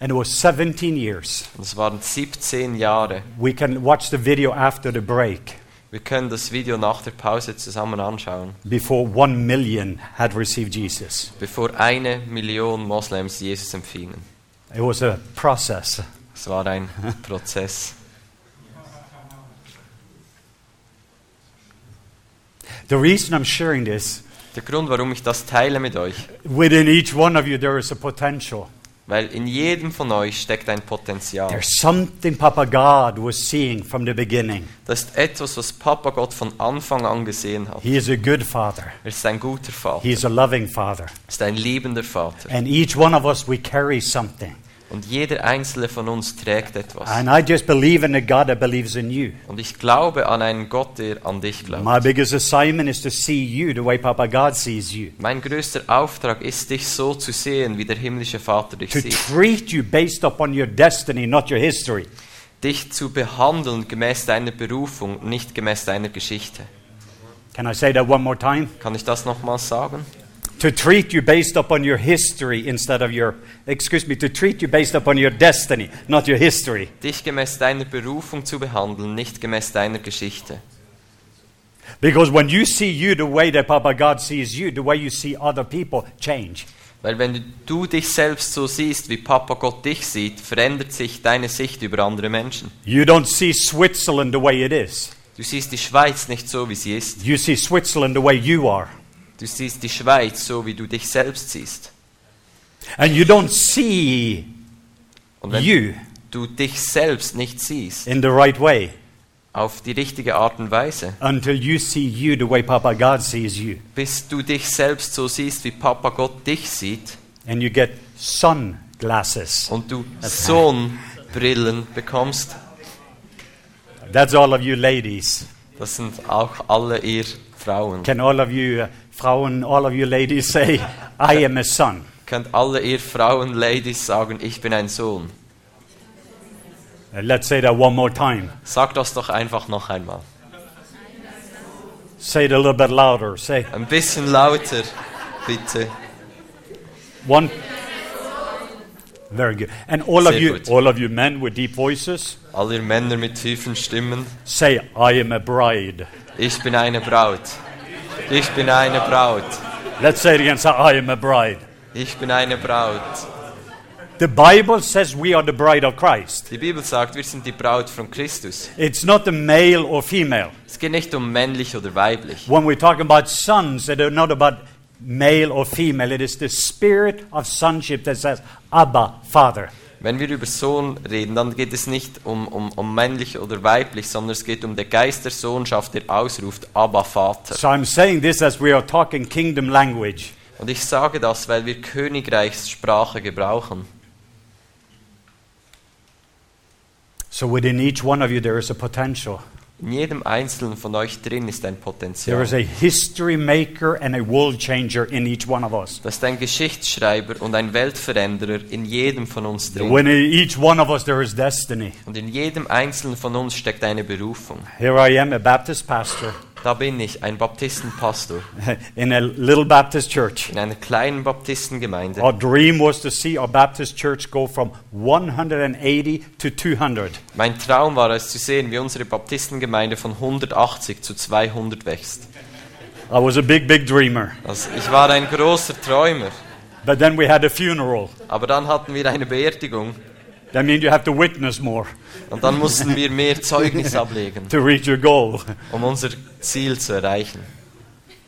S1: And it was 17 years.
S2: Und es waren 17 Jahre.
S1: We can watch the video after the break,
S2: Wir können das Video nach der Pause zusammen anschauen,
S1: before 1 million had received Jesus.
S2: bevor eine Million Moslems Jesus empfingen.
S1: It was a process.
S2: Es war ein Prozess.
S1: The reason I'm sharing this,
S2: Der Grund, warum ich das teile mit euch,
S1: within each one of you, there is a potential.
S2: weil in jedem von euch steckt ein Potenzial.
S1: There's something Papa God was seeing from the beginning.
S2: Das ist etwas, was Papa Gott von Anfang an gesehen hat.
S1: He is a good father,
S2: Er ist ein guter Vater.
S1: He is a loving father.
S2: ist ein liebender Vater.
S1: And each one of us, we carry something.
S2: Und jeder einzelne von uns trägt etwas.
S1: And I just believe in a God that believes in you.
S2: Und ich glaube an einen Gott, der an dich glaubt.
S1: My biggest assignment is to see you the way Papa God sees you,
S2: Mein größter Auftrag ist, dich so zu sehen, wie der himmlische Vater dich
S1: to
S2: sieht.
S1: treat you based upon your destiny, not your history.
S2: Dich zu behandeln gemäß deiner Berufung, nicht gemäß deiner Geschichte.
S1: Can I say that one more time?
S2: Kann ich das nochmal sagen?
S1: To treat you based upon your history instead of your, excuse me, to treat you based upon your destiny, not your history.
S2: Dich gemäß deiner Berufung zu behandeln, nicht gemäß deiner Geschichte.
S1: Because when you see you the way that Papa God sees you, the way you see other people change.
S2: Weil wenn du dich selbst so siehst, wie Papa Gott dich sieht, verändert sich deine Sicht über andere Menschen.
S1: You don't see Switzerland the way it is.
S2: Du siehst die Schweiz nicht so, wie sie ist.
S1: You see Switzerland the way you are.
S2: Du siehst die Schweiz so, wie du dich selbst siehst.
S1: And you don't see
S2: Und wenn
S1: you
S2: du dich selbst nicht siehst,
S1: in the right way.
S2: auf die richtige Art und Weise,
S1: until you see you the way Papa God sees you.
S2: bis du dich selbst so siehst, wie Papa Gott dich sieht
S1: And you get sunglasses.
S2: und du Sohnbrillen bekommst.
S1: That's all of you ladies.
S2: Das sind auch alle ihr Frauen.
S1: Can all of you, uh, Frauen, all of you ladies say, I am a son?
S2: Könnt alle ihr Frauen, Ladies sagen, ich bin ein Sohn.
S1: Uh, let's say that one more time.
S2: Sag das doch einfach noch einmal.
S1: Say it a little bit louder. Say,
S2: Ein bisschen lauter, bitte.
S1: One. Very good. And all of
S2: Sehr
S1: you,
S2: gut.
S1: all of you men with deep voices,
S2: All ihr Männer mit tiefen Stimmen.
S1: say, "I am a bride."
S2: Ich bin eine Braut. Ich bin eine Braut.
S1: Let's say it again. Say, "I am a bride."
S2: Ich bin eine Braut.
S1: The Bible says we are the bride of Christ.
S2: Die Bibel sagt, wir sind die Braut von Christus.
S1: It's not the male or female.
S2: Es geht nicht um männlich oder weiblich.
S1: When we talk about sons, it is not about male or female. It is the spirit of sonship that says, "Abba, Father."
S2: Wenn wir über Sohn reden, dann geht es nicht um, um, um männlich oder weiblich, sondern es geht um den Geist der Sohnschaft, der ausruft, aber Vater.
S1: So I'm saying this as we are talking kingdom language.
S2: Und ich sage das, weil wir Königreichssprache gebrauchen.
S1: So within each one of you, there is a potential.
S2: In jedem Einzelnen von euch drin ist ein
S1: There is
S2: Potenzial.
S1: a history maker and a world changer in each one of us.
S2: Das ist ein Geschichtsschreiber und ein Weltveränderer in jedem von uns drin.
S1: When in each one of us there is destiny.
S2: Und in jedem Einzelnen von uns steckt eine Berufung.
S1: Here I am, a Baptist pastor
S2: Da bin ich, ein Baptistenpastor
S1: in a little Baptist church.
S2: in einer kleinen Baptistengemeinde.
S1: Our dream was to see our Baptist church go from 180 to 200.
S2: Mein Traum war es zu sehen, wie unsere Baptistengemeinde von 180 zu 200 wächst.
S1: I was a big, big dreamer.
S2: Also ich war ein großer Träumer,
S1: But then we had a funeral.
S2: aber dann hatten wir eine Beerdigung
S1: That means you have to witness more
S2: und dann mussten wir mehr Zeugnis ablegen,
S1: to reach your goal.
S2: um unser Ziel zu erreichen.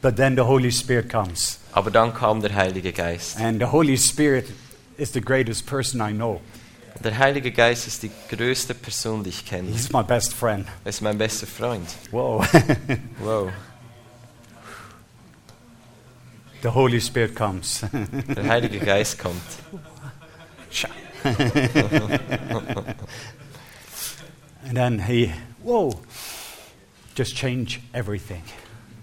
S1: But then the Holy Spirit comes.
S2: Aber dann kam der Heilige Geist.
S1: And the Holy Spirit is the greatest person I know.
S2: Der Heilige Geist ist die größte Person, die ich kenne.
S1: He's my best friend.
S2: Er ist mein bester Freund.
S1: Whoa.
S2: Wow.
S1: the Holy Spirit comes.
S2: Der Heilige Geist kommt.
S1: And then he, whoa, just change everything.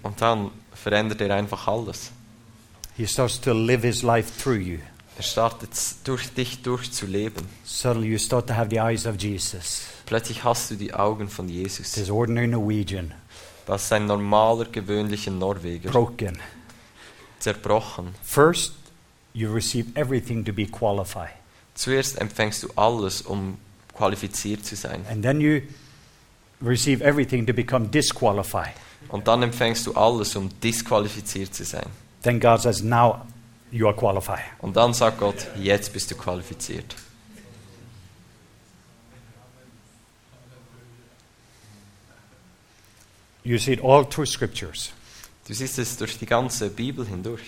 S2: Und dann verändert er einfach alles.
S1: He starts to live his life through you.
S2: Er startet s- durch dich durchzuleben.
S1: Suddenly you start to have the eyes of Jesus.
S2: Plötzlich hast du die Augen von Jesus.
S1: This ordinary Norwegian,
S2: Das ist ein normaler, gewöhnlicher Norweger.
S1: broken.
S2: Zerbrochen.
S1: First, you receive everything to be qualified.
S2: Zuerst empfängst du alles, um qualifiziert zu sein.
S1: And then you receive everything to become disqualified.
S2: Und dann empfängst du alles, um disqualifiziert zu sein.
S1: Then God says, now you are qualified.
S2: Und dann sagt Gott, jetzt bist du qualifiziert.
S1: You see it all through scriptures.
S2: Du siehst es durch die ganze Bibel hindurch.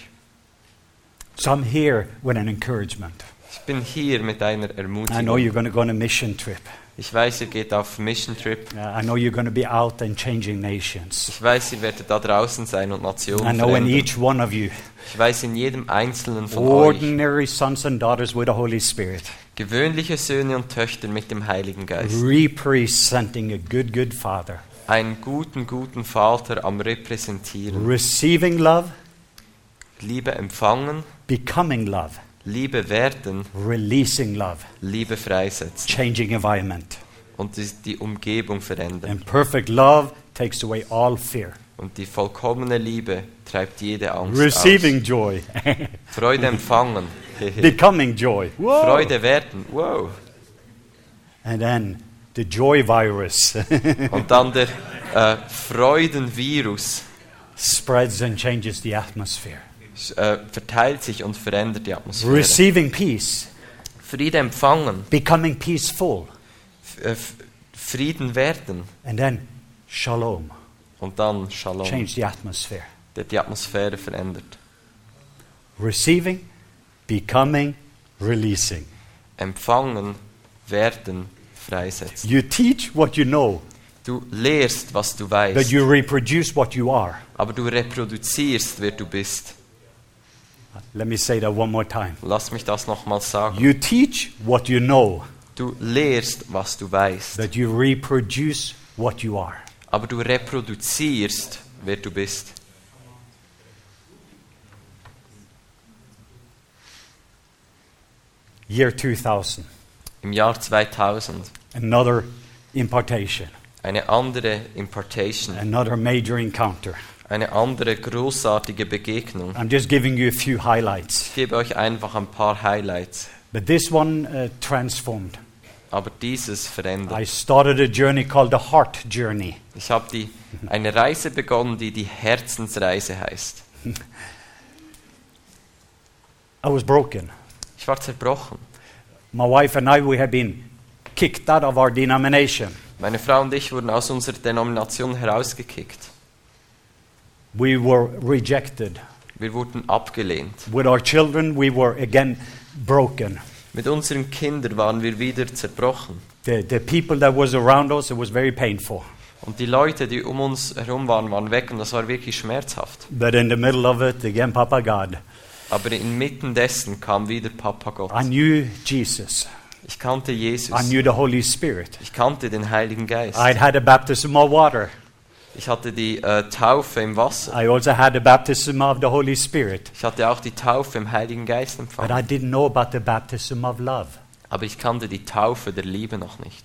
S1: So I'm here with an encouragement.
S2: Ich bin hier mit einer
S1: I know you're
S2: Ermutigung.
S1: going to go on a mission trip.
S2: Ich weiß, ihr geht auf Mission Trip.
S1: Uh, I know you're going to be out and changing nations.
S2: Ich weiß, ihr werdet da draußen sein und
S1: I
S2: Nationen
S1: know in
S2: verändern.
S1: each one of you,
S2: Ich weiß in jedem Einzelnen von euch,
S1: ordinary sons and daughters with the Holy Spirit,
S2: gewöhnliche Söhne und Töchter mit dem Heiligen Geist,
S1: representing a good, good Father,
S2: einen guten, guten Vater am Repräsentieren.
S1: receiving love,
S2: Liebe empfangen,
S1: becoming love,
S2: Liebe werden,
S1: releasing love,
S2: Liebe freisetzen
S1: changing environment.
S2: und die, die Umgebung verändern.
S1: And perfect love takes away all fear,
S2: Und die vollkommene Liebe treibt jede Angst
S1: receiving joy,
S2: aus. Freude empfangen,
S1: becoming joy. Whoa!
S2: Freude werden, wow.
S1: And then the joy virus
S2: Und dann der äh, Freudenvirus
S1: spreads and changes the atmosphere,
S2: sch- äh, verteilt sich und verändert die Atmosphäre.
S1: receiving peace,
S2: Friede empfangen,
S1: becoming peaceful,
S2: f- äh, f- Frieden werden
S1: and then shalom.
S2: und dann Shalom,
S1: change the atmosphere.
S2: der die Atmosphäre verändert.
S1: Receiving, becoming, releasing.
S2: Empfangen, werden, freisetzen.
S1: You teach what you know.
S2: Du lehrst, was du
S1: that
S2: weißt,
S1: you reproduce what you are.
S2: aber du reproduzierst, wer du bist.
S1: Let me say that one more time.
S2: Lass mich das nochmal sagen.
S1: You teach what you know,
S2: Du lehrst, was du weißt,
S1: that you reproduce what you are.
S2: aber du reproduzierst, wer du bist.
S1: Year 2000,
S2: Im Jahr 2000
S1: another impartation,
S2: eine andere Impartation,
S1: another major encounter.
S2: eine andere großartige Begegnung.
S1: I'm just giving you a few highlights,
S2: Ich gebe euch einfach ein paar Highlights,
S1: but this one uh, transformed.
S2: aber dieses verändert.
S1: I started a journey called the heart journey.
S2: Ich habe die, eine Reise begonnen, die die Herzensreise heißt.
S1: I was broken.
S2: Ich war zerbrochen.
S1: My wife and I, we had been kicked out of our denomination.
S2: Meine Frau und ich wurden aus unserer Denomination herausgekickt.
S1: We were rejected.
S2: Wir wurden abgelehnt.
S1: With our children, we were again broken.
S2: Mit unseren Kindern waren wir wieder zerbrochen.
S1: The, the people that was around us, it was very painful.
S2: Und die Leute, die um uns herum waren, waren weg und das war wirklich schmerzhaft.
S1: But in the middle of it, again, Papa God,
S2: Aber inmitten dessen kam wieder Papa
S1: I
S2: Gott.
S1: knew Jesus.
S2: Ich kannte Jesus.
S1: I knew the Holy Spirit.
S2: Ich kannte den Heiligen Geist.
S1: I'd had a baptism of water.
S2: Ich hatte die äh, Taufe im Wasser.
S1: I also had a baptism of the Holy Spirit.
S2: Ich hatte auch die Taufe im Heiligen Geist
S1: But
S2: empfangen.
S1: I didn't know about the baptism of love.
S2: Aber ich kannte die Taufe der Liebe noch nicht.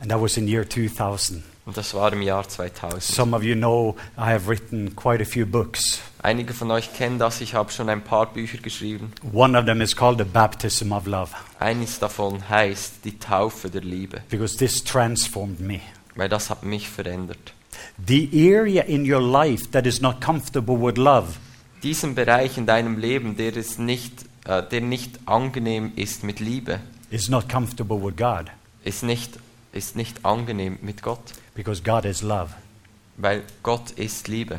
S1: And that was in year 2000.
S2: Und das war im Jahr 2000.
S1: Some of you know I have written quite a few books.
S2: Einige von euch kennen das. Ich habe schon ein paar Bücher geschrieben.
S1: One of them is called The Baptism of Love
S2: Eines davon heißt die Taufe der Liebe,
S1: because this transformed me.
S2: weil das hat mich verändert.
S1: The area in your life that is not comfortable with love,
S2: Diesen Bereich in deinem Leben, der, ist nicht, äh, der nicht angenehm ist mit Liebe,
S1: is not comfortable with God
S2: ist nicht, ist nicht angenehm mit Gott,
S1: because God is love.
S2: weil Gott ist Liebe.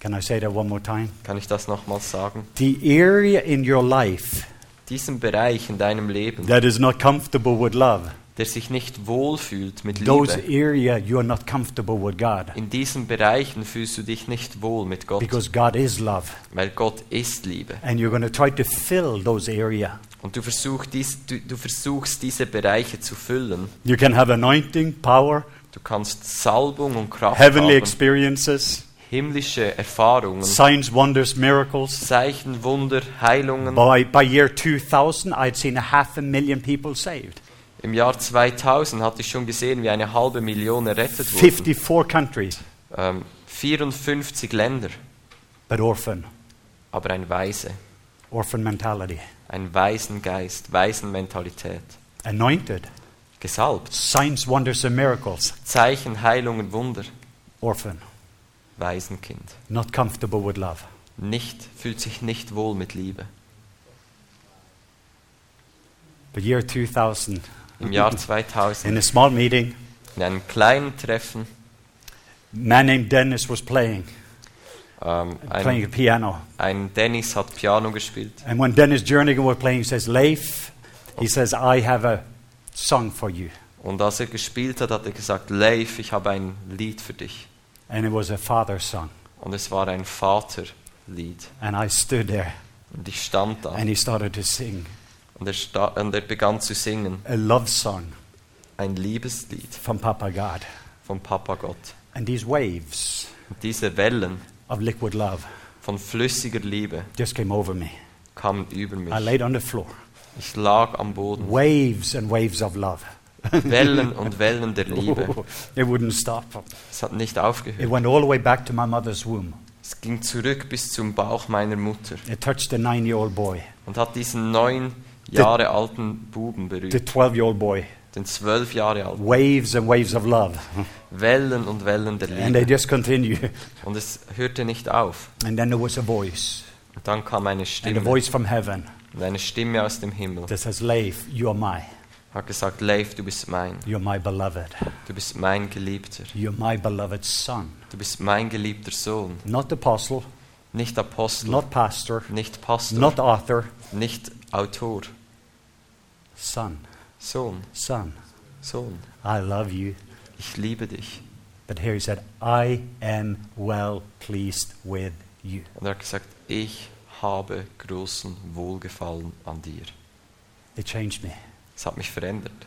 S1: Can I say that one more time?
S2: Kann ich das nochmals sagen?
S1: The area in your life
S2: Diesen Bereich in deinem Leben,
S1: that is not comfortable with love,
S2: der sich nicht wohlfühlt mit
S1: those
S2: Liebe,
S1: area you are not comfortable with God
S2: in diesen Bereichen fühlst du dich nicht wohl mit Gott,
S1: because God is love.
S2: weil Gott ist Liebe.
S1: And you're going to try to fill those area.
S2: Und du versuchst, dies, du, du versuchst diese Bereiche zu füllen.
S1: You can have anointing, power,
S2: Du kannst Salbung und Kraft
S1: heavenly
S2: haben,
S1: experiences,
S2: himmlische Erfahrungen,
S1: signs, wonders, miracles.
S2: Zeichen, Wunder, Heilungen.
S1: By, by year 2000, I'd seen a half a million people saved.
S2: Im Jahr 2000 hatte ich schon gesehen, wie eine halbe Million errettet wurden.
S1: 54 countries,
S2: Ähm, 54 Länder,
S1: but orphan,
S2: aber ein Weise,
S1: orphan mentality.
S2: ein Waisengeist, Waisenmentalität.
S1: Anointed,
S2: Gesalbt,
S1: signs, wonders, and miracles,
S2: Zeichen, Heilungen, Wunder,
S1: orphan,
S2: Waisenkind.
S1: not comfortable with love.
S2: Nicht, fühlt sich nicht wohl mit Liebe.
S1: But year 2000,
S2: Im Jahr
S1: in
S2: 2000,
S1: a small meeting,
S2: in einem kleinen Treffen,
S1: man named Dennis was playing,
S2: ähm,
S1: playing
S2: ein,
S1: the piano.
S2: ein Dennis hat Piano gespielt.
S1: And when Dennis Jernigan was playing, he says, Leif, he says, I have a song for you.
S2: Und als er gespielt hat, hat er gesagt, Leif, ich habe ein Lied für dich.
S1: And it was a father's song.
S2: Und es war ein Vaterlied.
S1: And I stood there,
S2: Und ich stand da
S1: and he started to sing
S2: und er, sta und er begann zu singen,
S1: a love song
S2: ein Liebeslied
S1: from Papa God.
S2: von Papa Gott.
S1: And these waves
S2: Und diese Wellen
S1: of liquid love
S2: von flüssiger Liebe
S1: just came over me.
S2: kamen über
S1: I
S2: mich.
S1: laid on the floor.
S2: Ich lag am Boden.
S1: Waves and waves of love.
S2: Wellen und Wellen der Liebe.
S1: It wouldn't stop.
S2: Es hat nicht
S1: It
S2: aufgehört.
S1: went all the way back to my mother's womb.
S2: Es ging zurück bis zum Bauch meiner Mutter
S1: It touched the nine year old boy,
S2: und hat diesen neun Jahre alten Buben
S1: the
S2: berührt,
S1: 12 year old boy.
S2: den zwölf Jahre alten.
S1: Waves and waves of love.
S2: Wellen und Wellen der
S1: And they
S2: Liebe.
S1: just continue.
S2: Und es hörte nicht auf.
S1: And then there was a voice,
S2: Und dann kam eine
S1: and a
S2: Stimme.
S1: voice from heaven
S2: Und eine Stimme aus dem Himmel
S1: that says, Leif, you are my,
S2: hat gesagt, Leif, du bist mein.
S1: you're my beloved.
S2: Du bist mein Geliebter.
S1: You're my beloved son.
S2: Du bist mein geliebter Sohn.
S1: Not apostle,
S2: Nicht Apostel,
S1: not pastor,
S2: nicht Pastor,
S1: not author,
S2: nicht Autor,
S1: son.
S2: Sohn,
S1: Son,
S2: Sohn,
S1: I love you.
S2: ich liebe dich.
S1: But here he said, I am well pleased with you.
S2: Und er hat gesagt, ich habe großen Wohlgefallen an dir.
S1: It changed me.
S2: Es hat mich verändert.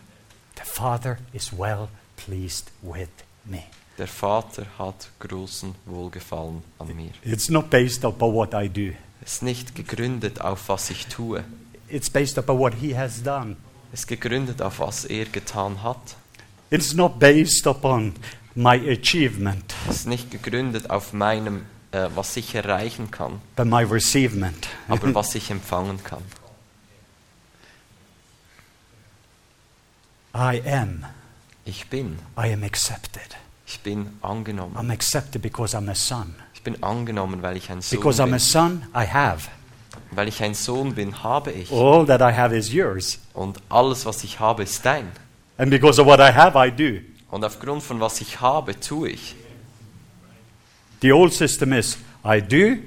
S1: The Father is well pleased with me.
S2: Der Vater hat großen Wohlgefallen an mir.
S1: It's not based upon what I do,
S2: Es ist nicht gegründet auf was ich tue.
S1: it's based upon what he has done.
S2: Es ist gegründet auf was er getan hat.
S1: It's not based upon my achievement,
S2: Es ist nicht gegründet auf meinem, äh, was ich erreichen kann,
S1: but my receivement.
S2: aber was ich empfangen kann.
S1: I am.
S2: Ich bin.
S1: I am accepted.
S2: Ich bin angenommen.
S1: I'm accepted because I'm a son.
S2: Ich bin angenommen, weil ich ein Sohn
S1: Because I'm a
S2: bin.
S1: son, I have.
S2: Weil ich ein Sohn bin, habe ich.
S1: All that I have is yours.
S2: Und alles, was ich habe, ist dein.
S1: And because of what I have, I do.
S2: Und aufgrund von was ich habe, tue ich.
S1: The old system is I do,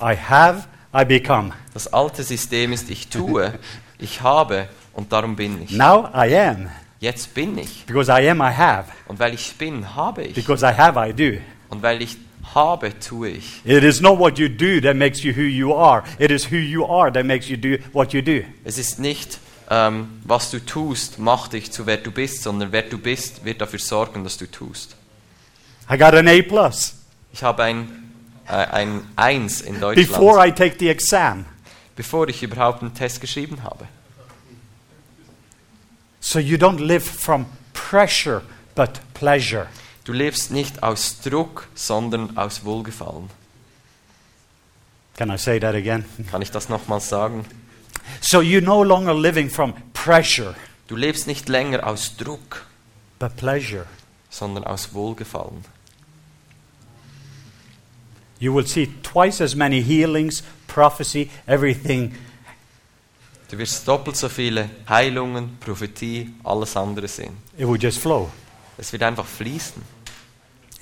S1: I have, I become.
S2: Das alte System ist, ich tue, ich habe und darum bin ich.
S1: Now I am.
S2: Jetzt bin ich.
S1: Because I am, I have.
S2: Und weil ich bin, habe ich.
S1: Because I have, I do.
S2: Und weil ich habe, tue ich.
S1: It is not what you do that makes you who you are. It is who you are that makes you do what you do.
S2: Es ist nicht, ähm, was du tust, macht dich zu wer du bist, sondern wer du bist, wird dafür sorgen, dass du tust.
S1: I got an A plus
S2: Ich habe ein, äh, ein Eins in Deutschland,
S1: before I take the exam.
S2: bevor ich überhaupt einen Test geschrieben habe.
S1: So you don't live from pressure but pleasure.
S2: Du lebst nicht aus Druck, sondern aus Wohlgefallen.
S1: Can I say that again?
S2: Kann ich das nochmals sagen?
S1: So you're no longer living from pressure
S2: Du lebst nicht länger aus Druck,
S1: but pleasure.
S2: sondern aus Wohlgefallen.
S1: You will see twice as many healings, prophecy, everything
S2: Du wirst doppelt so viele Heilungen, Prophetie, alles andere sehen.
S1: It will just flow.
S2: Es wird einfach fließen,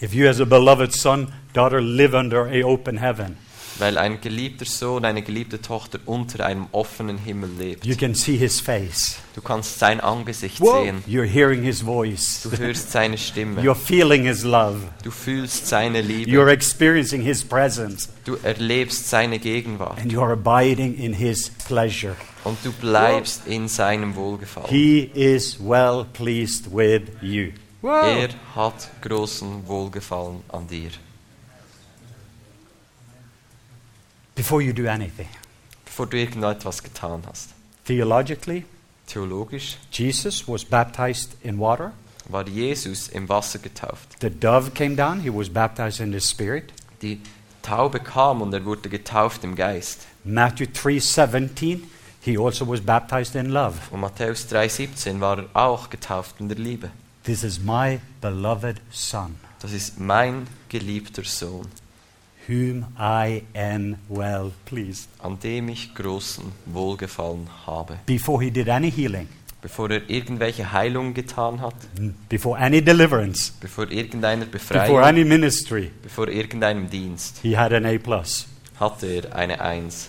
S1: If you, as a beloved son, daughter, live under a open heaven,
S2: weil ein geliebter Sohn, eine geliebte Tochter unter einem offenen Himmel lebt.
S1: you can see his face.
S2: Du kannst sein Angesicht sehen,
S1: You're hearing his voice.
S2: du hörst seine Stimme,
S1: You're feeling his love.
S2: du fühlst seine
S1: You're
S2: Liebe,
S1: experiencing his presence.
S2: du erlebst seine Gegenwart
S1: And you're abiding in his pleasure.
S2: und du bleibst in seinem Wohlgefallen.
S1: He is well pleased with you.
S2: Er hat großen Wohlgefallen an dir,
S1: Before you do anything,
S2: bevor du irgendetwas getan hast.
S1: theologically,
S2: Theologisch
S1: Jesus was baptized in water.
S2: war Jesus im Wasser getauft.
S1: The dove came down. He was baptized in the Spirit.
S2: Die Taube kam und er wurde getauft im Geist.
S1: Matthew 3:17, he also was baptized in love.
S2: Und Matthäus 3,17 war er auch getauft in der Liebe.
S1: This is my beloved son,
S2: Das ist mein geliebter Sohn,
S1: whom I am well pleased.
S2: an dem ich großen Wohlgefallen habe.
S1: Before he did any healing,
S2: Bevor er irgendwelche Heilungen getan hat,
S1: before any deliverance,
S2: bevor irgendeiner Befreiung,
S1: before any ministry,
S2: bevor irgendeinem Dienst,
S1: he had an A plus.
S2: hatte er eine Eins.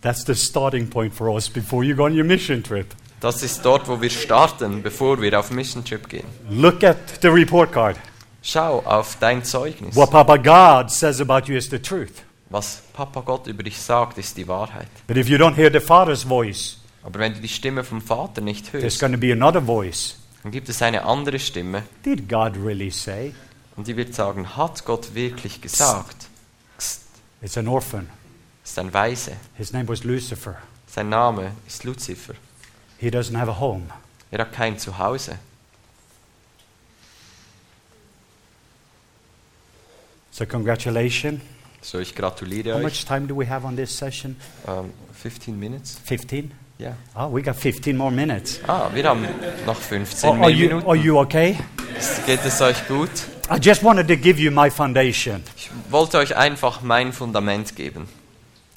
S1: That's the starting point for us before you go on your mission trip.
S2: Das ist dort, wo wir starten, bevor wir auf Mission Trip gehen.
S1: Look at the report card.
S2: Schau auf dein Zeugnis.
S1: What Papa God says about you is the truth.
S2: Was Papa Gott über dich sagt, ist die Wahrheit.
S1: But if you don't hear the Father's voice,
S2: Aber wenn du die Stimme vom Vater nicht
S1: there's
S2: hörst,
S1: going to be another voice.
S2: dann gibt es eine andere Stimme
S1: Did God really say?
S2: und die wird sagen, hat Gott wirklich gesagt? Psst,
S1: It's an orphan.
S2: ist ein Weise.
S1: His name was Lucifer.
S2: Sein Name ist Luzifer.
S1: He doesn't have a home.
S2: Er hat kein Zuhause.
S1: So, congratulations.
S2: So, ich gratuliere
S1: How
S2: euch.
S1: much time do we have on this session?
S2: Ähm, 15 Minutes?
S1: 15?
S2: Ja.
S1: Oh, we got 15 more minutes.
S2: Ah, wir haben noch 15
S1: Oh, Are,
S2: mehr
S1: are, you,
S2: Minuten.
S1: are you okay?
S2: Geht es euch gut?
S1: I just wanted to give you my foundation.
S2: Ich wollte euch einfach mein Fundament geben.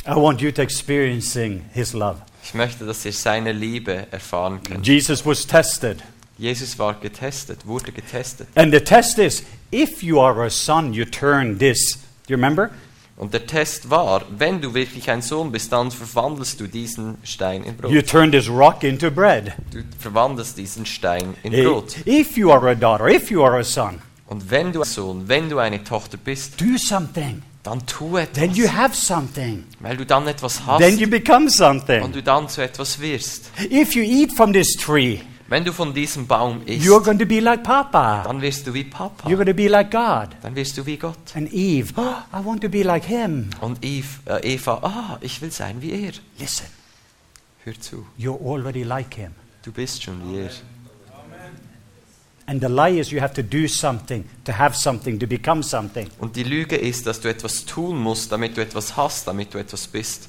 S1: I want you to experiencing His love.
S2: Ich möchte, dass ihr seine Liebe erfahren könnt.
S1: Jesus was tested.
S2: Jesus war getestet, wurde getestet.
S1: And the test is if you are a son, you turn this. Do you remember?
S2: Und der Test war, wenn du wirklich ein Sohn bist, dann verwandelst du diesen Stein in
S1: You
S2: Brot.
S1: turn this rock into bread.
S2: Du verwandelst diesen Stein in Brot.
S1: If you are a daughter, if you are a son,
S2: Und wenn du ein Sohn, wenn du eine Tochter bist,
S1: do something.
S2: dann tu
S1: Then you
S2: etwas,
S1: have something.
S2: weil du dann etwas
S1: Then
S2: hast
S1: you become
S2: und
S1: something.
S2: du dann zu etwas wirst.
S1: If you eat from this tree,
S2: Wenn du von diesem Baum isst,
S1: you're going to be like Papa.
S2: dann wirst du wie Papa,
S1: You're going to be like God.
S2: dann wirst du wie Gott.
S1: And Eve, "Oh, I want to be like him.
S2: Und Eve, äh, Eva, ah, ich will sein wie er.
S1: Listen,
S2: Hör zu,
S1: you're already like him.
S2: du bist schon wie er.
S1: And the lie is you have to do something to have something, to become something.
S2: Und die Lüge ist, dass du etwas tun musst, damit du etwas hast, damit du etwas bist.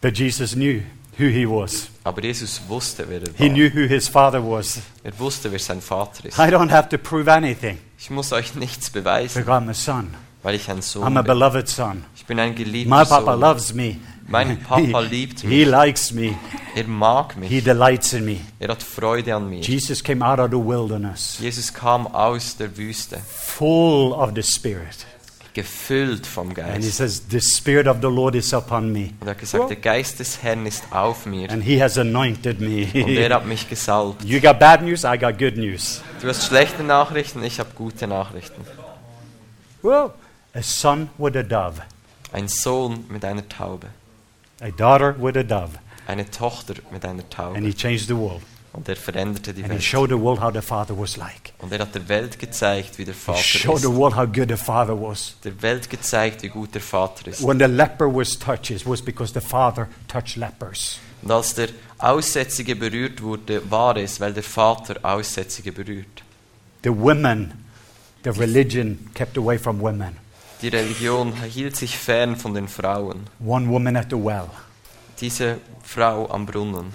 S1: But Jesus knew who he was.
S2: Aber Jesus wusste, wer er
S1: He
S2: war.
S1: knew who his father was.
S2: Er wusste, wer sein Vater ist.
S1: I don't have to prove anything
S2: Ich muss euch nichts beweisen,
S1: because I'm a son.
S2: weil ich ein Sohn
S1: I'm a
S2: bin.
S1: beloved son.
S2: Ich bin ein geliebter
S1: My papa
S2: Sohn.
S1: loves me.
S2: Mein Papa
S1: He-
S2: liebt
S1: He
S2: mich.
S1: likes me.
S2: Er mag
S1: He
S2: mich.
S1: delights in me.
S2: Er hat Freude an mir.
S1: Jesus came out of the wilderness
S2: Jesus kam aus der Wüste,
S1: full of the Spirit.
S2: gefüllt vom
S1: And he
S2: Geist.
S1: says, The Spirit of the Lord is upon me.
S2: Und er hat gesagt, der Geist des Herrn ist auf mir.
S1: And he has anointed
S2: Und er
S1: me.
S2: hat mich gesalbt.
S1: you got bad news, I got good news.
S2: Du hast schlechte Nachrichten, ich habe gute Nachrichten.
S1: Well, a son with a dove,
S2: Ein Sohn mit einer Taube.
S1: a daughter with a dove.
S2: Eine Tochter mit einer
S1: And
S2: Taube.
S1: he changed the world.
S2: Und er veränderte die
S1: And he
S2: Welt.
S1: showed the world how the father was like.
S2: Und er hat der Welt gezeigt, wie der
S1: He
S2: Vater
S1: showed
S2: ist.
S1: the world how good the father was.
S2: Der Welt gezeigt, wie gut der Vater ist.
S1: When the leper was touched, it was because the father touched lepers.
S2: Und als der Aussätzige berührt wurde, war es, weil der Vater Aussätzige berührt.
S1: The women, the religion kept away from women.
S2: Die Religion hielt sich fern von den Frauen.
S1: One woman at the well.
S2: Diese Frau am Brunnen.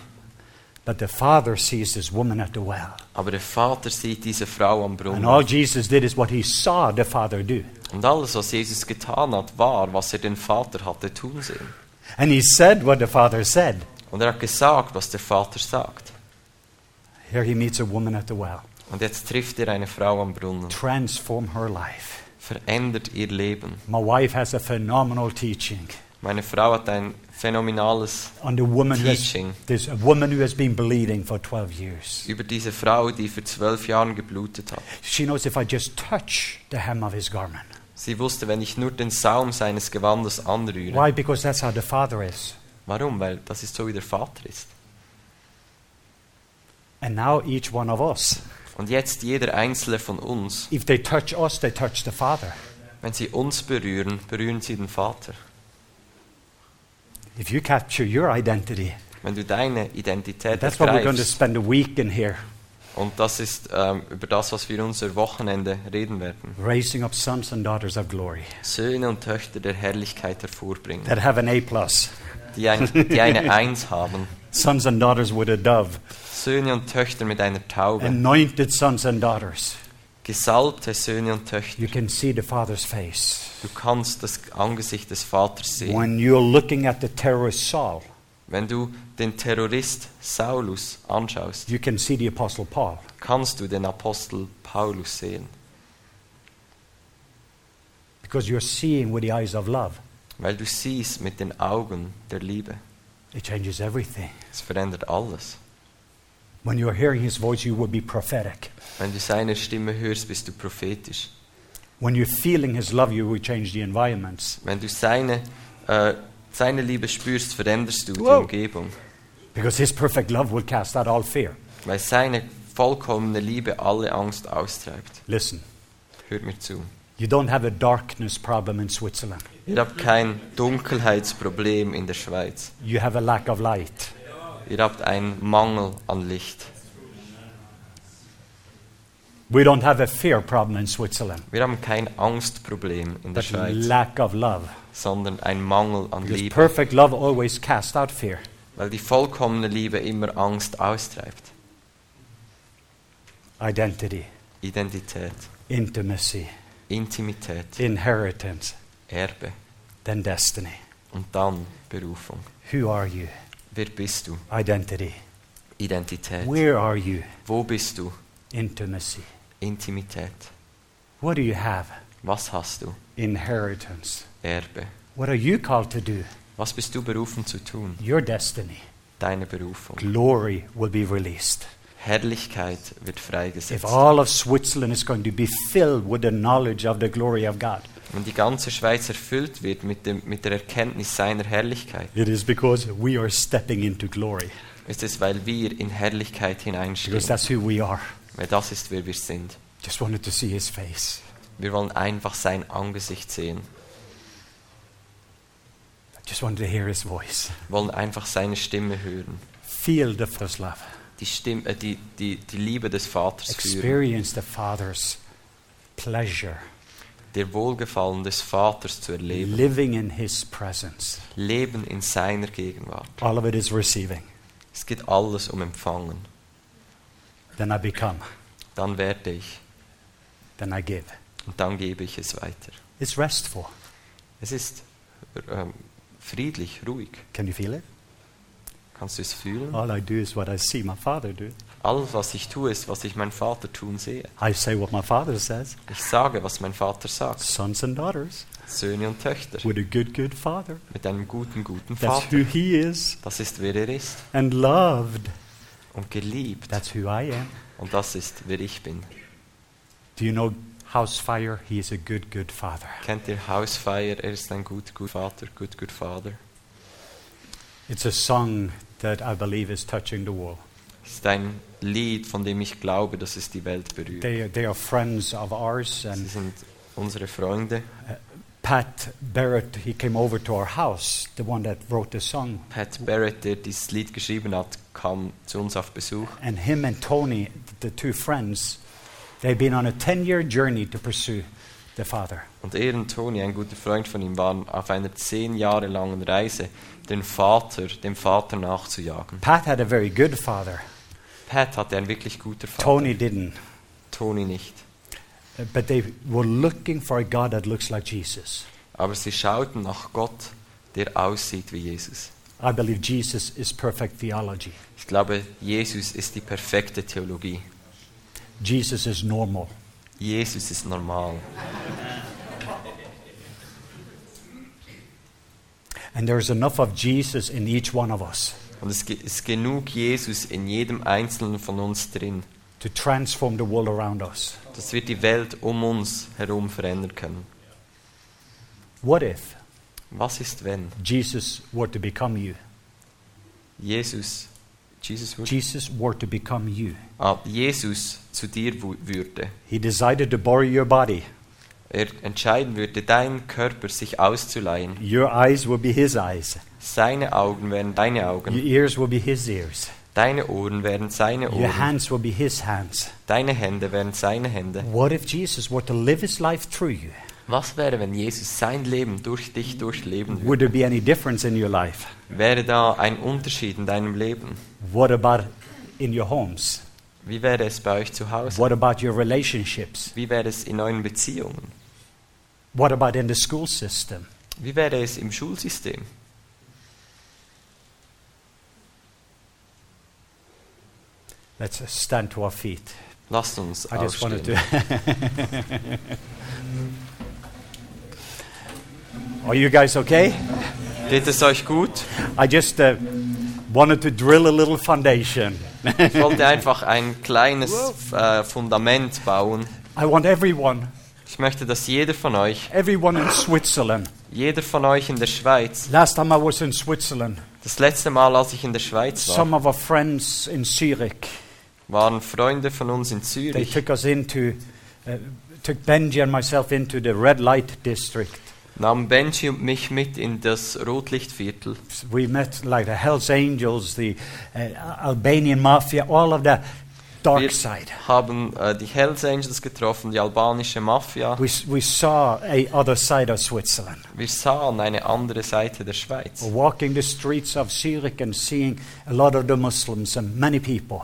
S1: But the father sees this woman at the well.
S2: Aber der Vater sieht diese Frau am
S1: And all
S2: Brunnen.
S1: Jesus did is what he saw the father do.
S2: Und alles, was Jesus getan hat, war, was er den Vater hatte tun sehen.
S1: And he said what the father said.
S2: Und er hat gesagt, was der Vater sagt.
S1: Here he meets a woman at the well.
S2: Und jetzt trifft er eine Frau am Brunnen.
S1: Transform her life.
S2: Verändert ihr Leben.
S1: My wife has a phenomenal teaching
S2: Meine Frau hat ein phänomenales
S1: on the woman who has,
S2: Teaching.
S1: this woman who has been bleeding for 12 years.
S2: über diese Frau, die vor zwölf Jahren geblutet hat.
S1: She knows if I just touch the hem of his garment.
S2: Sie wusste, wenn ich nur den Saum seines Gewandes anrühre.
S1: Why? Because that's how the Father is.
S2: Warum? Weil das ist so, wie der Vater ist.
S1: And now each one of us,
S2: Und jetzt jeder einzelne von uns,
S1: if they touch us, they touch the Father.
S2: wenn sie uns berühren, berühren sie den Vater.
S1: If you capture your identity,
S2: Wenn du deine Identität
S1: that's what we're going to
S2: ergreifst,
S1: spend a week in here,
S2: und das ist ähm, über das, was wir unser Wochenende reden werden,
S1: raising up sons and daughters of glory
S2: Söhne und Töchter der Herrlichkeit hervorbringen,
S1: that have an A plus,
S2: die, ein, die eine Eins haben,
S1: sons and daughters with a dove,
S2: Söhne und Töchter mit einer Taube,
S1: anointed sons and daughters.
S2: gesalbte Söhne und Töchter.
S1: You can see the Father's face.
S2: Du kannst das Angesicht des Vaters sehen.
S1: When you're looking at the terrorist Saul,
S2: Wenn du den Terrorist Saulus anschaust,
S1: you can see the Apostle Paul.
S2: kannst du den Apostel Paulus sehen,
S1: Because you're seeing with the eyes of love.
S2: weil du siehst mit den Augen der Liebe.
S1: It changes everything.
S2: Es verändert alles.
S1: When you're hearing his voice, you will be prophetic.
S2: Wenn du seine Stimme hörst, bist du prophetisch.
S1: When you're feeling his love, you will change the environments.
S2: Wenn du seine, äh, seine Liebe spürst, veränderst du die
S1: Wow.
S2: Umgebung,
S1: Because his perfect love will cast out all fear.
S2: weil seine vollkommene Liebe alle Angst austreibt.
S1: Listen,
S2: Hört mir zu.
S1: you don't have a darkness problem in Switzerland.
S2: Ihr habt kein Dunkelheitsproblem in der Schweiz.
S1: You have a lack of light.
S2: Ihr habt einen Mangel an Licht.
S1: We don't have a fear problem in Switzerland.
S2: Wir haben kein Angstproblem in der
S1: But
S2: Schweiz,
S1: lack of love.
S2: sondern ein Mangel an
S1: Because
S2: Liebe,
S1: perfect love always casts out fear.
S2: weil die vollkommene Liebe immer Angst austreibt.
S1: Identity,
S2: Identität,
S1: intimacy,
S2: Intimität,
S1: inheritance,
S2: Erbe
S1: then destiny.
S2: und dann Berufung.
S1: Who are you?
S2: Wer bist du?
S1: Identity.
S2: Identität.
S1: Where are you?
S2: Wo bist du?
S1: Intimacy.
S2: Intimität.
S1: What do you have?
S2: Was hast du?
S1: Inheritance.
S2: Erbe.
S1: What are you called to do?
S2: Was bist du berufen zu tun?
S1: Your destiny.
S2: Deine Berufung.
S1: Glory will be released.
S2: Herrlichkeit wird
S1: If
S2: freigesetzt.
S1: all of Switzerland is going to be filled with the knowledge of the glory of God,
S2: Wenn die ganze Schweiz erfüllt wird mit, dem, mit der Erkenntnis seiner Herrlichkeit,
S1: it is because we are stepping into glory.
S2: ist es, weil wir in Herrlichkeit
S1: Because
S2: hineinstehen.
S1: that's who we are.
S2: Weil das ist, wer wir sind.
S1: Just wanted to see his face.
S2: Wir wollen einfach sein Angesicht sehen.
S1: I just wanted to hear his voice.
S2: wollen einfach seine Stimme hören.
S1: Feel the first love.
S2: Die, Stimme, äh, die, die, die Liebe des Vaters fühlen.
S1: Experience the Father's pleasure.
S2: Der Wohlgefallen des Vaters zu erleben.
S1: Living in his presence.
S2: Leben in seiner Gegenwart.
S1: All of it is receiving.
S2: Es geht alles um Empfangen.
S1: Then I become.
S2: Dann werde ich
S1: Then I give.
S2: und dann gebe ich es weiter.
S1: It's restful.
S2: Es ist ähm, friedlich, ruhig.
S1: Can you feel it?
S2: Kannst du es fühlen?
S1: All I do is what I see my Father do.
S2: Alles, was ich tue, ist, was ich meinen Vater tun sehe.
S1: I say what my Father says.
S2: Ich sage, was mein Vater sagt.
S1: Sons and daughters
S2: Söhne und Töchter.
S1: with a good, good Father.
S2: Mit einem guten, guten
S1: That's who
S2: Vater.
S1: He is.
S2: Das ist, wer er ist.
S1: And loved.
S2: Und geliebt.
S1: That's who I am.
S2: Und das ist, wer ich bin.
S1: Do you know House Fire? He is a good, good Father.
S2: Kennt ihr Hausfeier? Er ist ein gut, gut Vater, gut, gut Vater.
S1: It's a song that I believe is touching the wall.
S2: Es ist ein Lied, von dem ich glaube, dass es die Welt berührt.
S1: They, they are friends of ours,
S2: Sie
S1: and
S2: sind unsere Freunde.
S1: Pat Barrett, he came over to our house, the one that wrote the song.
S2: Pat Barrett, der dieses Lied geschrieben hat, kam zu uns auf Besuch.
S1: And him and Tony, the two friends, they've been on a 10 year journey to pursue the Father.
S2: Und er und Toni, ein guter Freund von ihm, waren auf einer zehn Jahre langen Reise, den Vater, dem Vater nachzujagen.
S1: Pat had a very good father,
S2: Pat hatte einen wirklich guten Vater,
S1: Tony didn't.
S2: Toni nicht.
S1: Uh, But they were looking for a God that looks like Jesus.
S2: Aber sie schauten nach Gott, der aussieht wie Jesus.
S1: I believe Jesus is perfect theology,
S2: Ich glaube, Jesus ist die perfekte Theologie.
S1: Jesus is normal.
S2: Jesus ist normal.
S1: And there's enough of Jesus in each one of us
S2: Und es ge- ist genug Jesus in jedem Einzelnen von uns drin,
S1: to transform the world around us.
S2: dass wir die Welt um uns herum verändern können.
S1: What if
S2: Was ist, wenn
S1: Jesus were to become you?
S2: Jesus, Jesus, würde,
S1: Jesus were to become you.
S2: ah, Jesus zu dir wü- würde?
S1: He decided to borrow your body.
S2: Er entscheiden würde, deinen Körper sich auszuleihen.
S1: Your eyes will be his eyes.
S2: Seine Augen wären deine
S1: Your
S2: Augen,
S1: ears will be his ears.
S2: deine Ohren wären seine
S1: Your
S2: Ohren,
S1: hands will be his hands.
S2: deine Hände wären seine Hände.
S1: What if Jesus were to live his life through you?
S2: Was wäre, wenn Jesus sein Leben durch dich durchleben würde?
S1: Would there be any difference in your life?
S2: Wäre da ein Unterschied in deinem Leben?
S1: What about in your homes?
S2: Wie wäre es bei euch zu Hause?
S1: What about your relationships?
S2: Wie wäre es in neuen Beziehungen?
S1: What about in the school system?
S2: Wie wäre es im Schulsystem?
S1: Let's uh, stand to our feet.
S2: Lasst uns
S1: I just wanted
S2: aufstehen.
S1: to. Are you guys okay?
S2: Geht es euch gut?
S1: I just uh, wanted to drill a little foundation.
S2: Ich wollte einfach ein kleines äh, Fundament bauen.
S1: I want everyone,
S2: Ich möchte, dass jeder von euch,
S1: everyone in Switzerland.
S2: jeder von euch in der Schweiz,
S1: Last time I was in Switzerland,
S2: das letzte Mal, als ich in der Schweiz war,
S1: some of our friends in Zurich,
S2: waren Freunde von uns in
S1: they
S2: Zürich,
S1: took us into, uh, took Benji and myself into the red light district.
S2: nahmen Benji und mich mit in das Rotlichtviertel.
S1: We met like the Hells Angels, the uh, Albanian mafia, all of the dark side.
S2: Wir haben äh, die Hells Angels getroffen, die albanische Mafia.
S1: We, s- we saw a other side of Switzerland.
S2: Wir sahen eine andere Seite der Schweiz.
S1: Walking the streets of Zurich and seeing a lot of the Muslims and many people.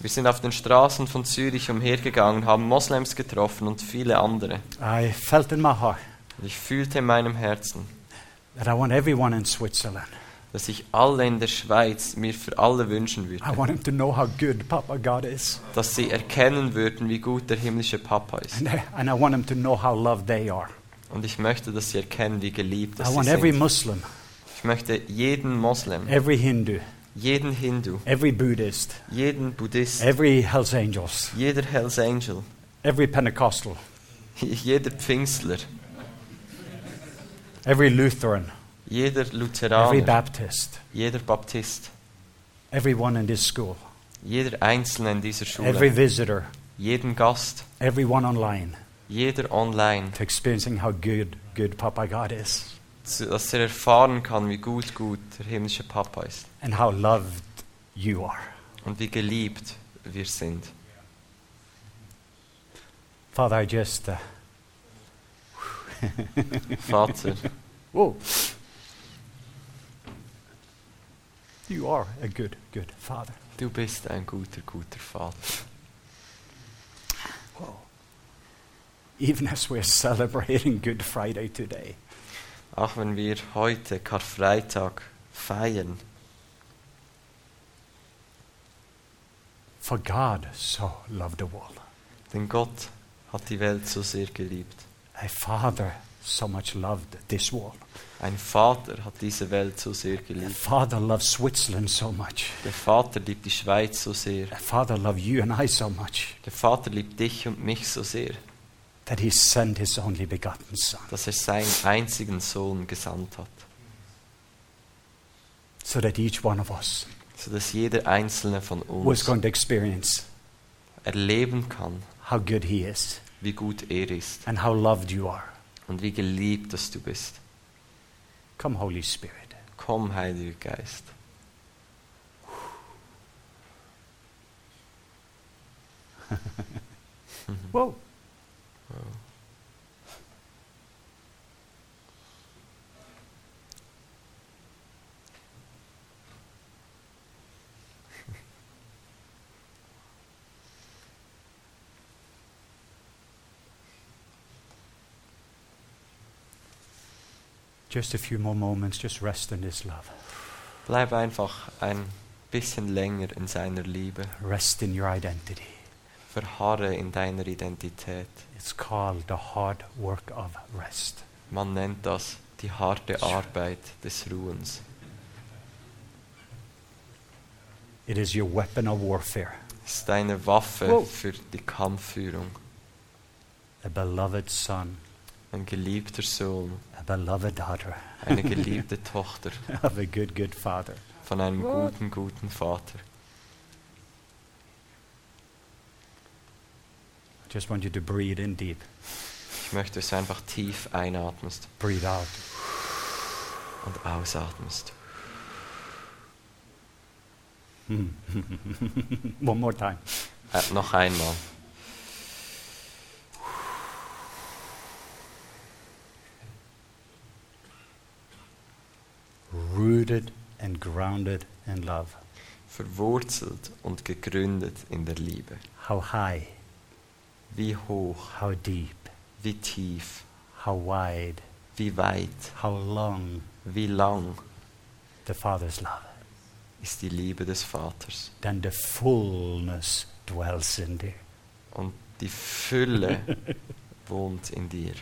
S2: Wir sind auf den Straßen von Zürich umhergegangen, haben Moslems getroffen und viele andere.
S1: I felt in my heart
S2: Und ich fühlte in meinem Herzen,
S1: that I want everyone in Switzerland
S2: dass ich alle in der Schweiz mir für alle wünschen würde,
S1: I want them to know how good Papa God is.
S2: dass sie erkennen würden, wie gut der himmlische Papa ist.
S1: And I, and I want them to know how loved they are.
S2: Und ich möchte, dass sie erkennen, wie geliebt
S1: I
S2: dass sie
S1: want every
S2: sind.
S1: Muslim,
S2: Ich möchte jeden Moslem,
S1: every Hindu,
S2: jeden Hindu,
S1: every Buddhist,
S2: jeden Buddhist,
S1: every Hells Angels,
S2: jeder Hells Angel,
S1: every Pentecostal,
S2: jeder Pfingstler,
S1: every Lutheran,
S2: jeder
S1: every
S2: Lutheraner,
S1: Baptist,
S2: jeder Baptist,
S1: everyone in this school,
S2: jeder Einzelne in dieser
S1: every
S2: Schule,
S1: visitor,
S2: jeden Gast,
S1: everyone online
S2: jeder online,
S1: to experiencing how good, good Papa God is
S2: zu- dass er erfahren kann, wie gut, gut der himmlische Papa ist
S1: and how loved you are.
S2: und wie geliebt wir sind.
S1: Father, I just, uh,
S2: Vater,
S1: whoa. You are a good, good Father.
S2: du bist ein guter, guter Vater.
S1: Whoa. Even as we're celebrating Good Friday today,
S2: Auch wenn wir heute Karfreitag feiern,
S1: for God so Oh, loved the world,
S2: denn Gott hat die Welt so sehr geliebt.
S1: a father so much loved this world.
S2: Ein Vater hat diese Welt so sehr
S1: A
S2: geliebt.
S1: father loved Switzerland so much.
S2: Der Vater liebt die Schweiz so sehr.
S1: A father loved you and I so much
S2: Der Vater liebt dich und mich so sehr,
S1: that he sent his only begotten Son
S2: dass er seinen einzigen Sohn gesandt hat,
S1: so that each one of us
S2: sodass jeder einzelne von
S1: was
S2: uns
S1: going to experience
S2: erleben kann,
S1: how good he is
S2: wie gut er ist
S1: and how loved you are.
S2: und wie geliebt dass du bist.
S1: Come, Holy Spirit.
S2: Komm, Heiliger Geist.
S1: Whoa. Just a few more moments, just rest in His love.
S2: Bleib einfach ein bisschen länger in seiner Liebe.
S1: Rest in your identity.
S2: Verharre in deiner Identität.
S1: It's called the hard work of rest.
S2: Man nennt das die harte Arbeit des Ruhens.
S1: It is your weapon of warfare.
S2: Es ist eine Waffe
S1: Wow.
S2: für die Kampfführung.
S1: A beloved son,
S2: Ein geliebter Sohn,
S1: a beloved daughter
S2: eine geliebte Tochter
S1: of a good, good father.
S2: von einem
S1: Wow.
S2: guten, guten Vater.
S1: I just want you to breathe in deep,
S2: Ich möchte, dass du einfach tief einatmest
S1: breathe out.
S2: und ausatmest.
S1: One more time.
S2: Äh, noch einmal.
S1: Rooted and grounded in love.
S2: Verwurzelt und gegründet in der Liebe.
S1: How high,
S2: Wie hoch,
S1: how deep,
S2: wie tief,
S1: how wide,
S2: wie weit,
S1: how long
S2: wie lang
S1: the Father's love.
S2: ist die Liebe des Vaters.
S1: Then the fullness dwells in there.
S2: Und die Fülle wohnt in dir.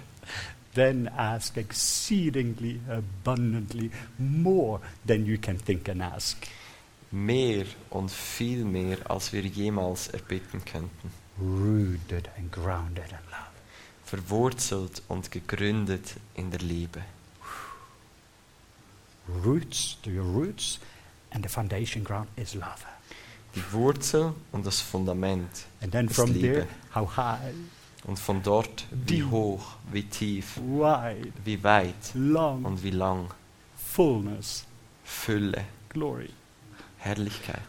S1: Then ask exceedingly abundantly more than you can think and ask.
S2: Mehr und viel mehr, als wir jemals erbitten könnten.
S1: Rooted and grounded in love.
S2: Verwurzelt und gegründet in der Liebe.
S1: roots to your roots, and the foundation ground is love.
S2: Die Wurzel und das Fundament
S1: And then
S2: ist
S1: from
S2: Liebe.
S1: there, how high,
S2: Und von dort, wie
S1: Deep.
S2: hoch, wie tief,
S1: wide,
S2: wie weit
S1: long,
S2: und wie lang,
S1: fullness,
S2: Fülle,
S1: glory.
S2: Herrlichkeit.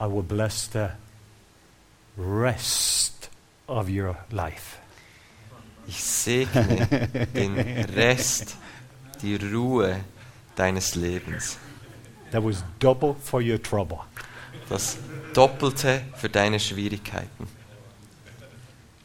S1: I will bless the rest of your life.
S2: Ich segne den Rest, die Ruhe deines Lebens.
S1: That was double for your trouble.
S2: Das Doppelte für deine Schwierigkeiten.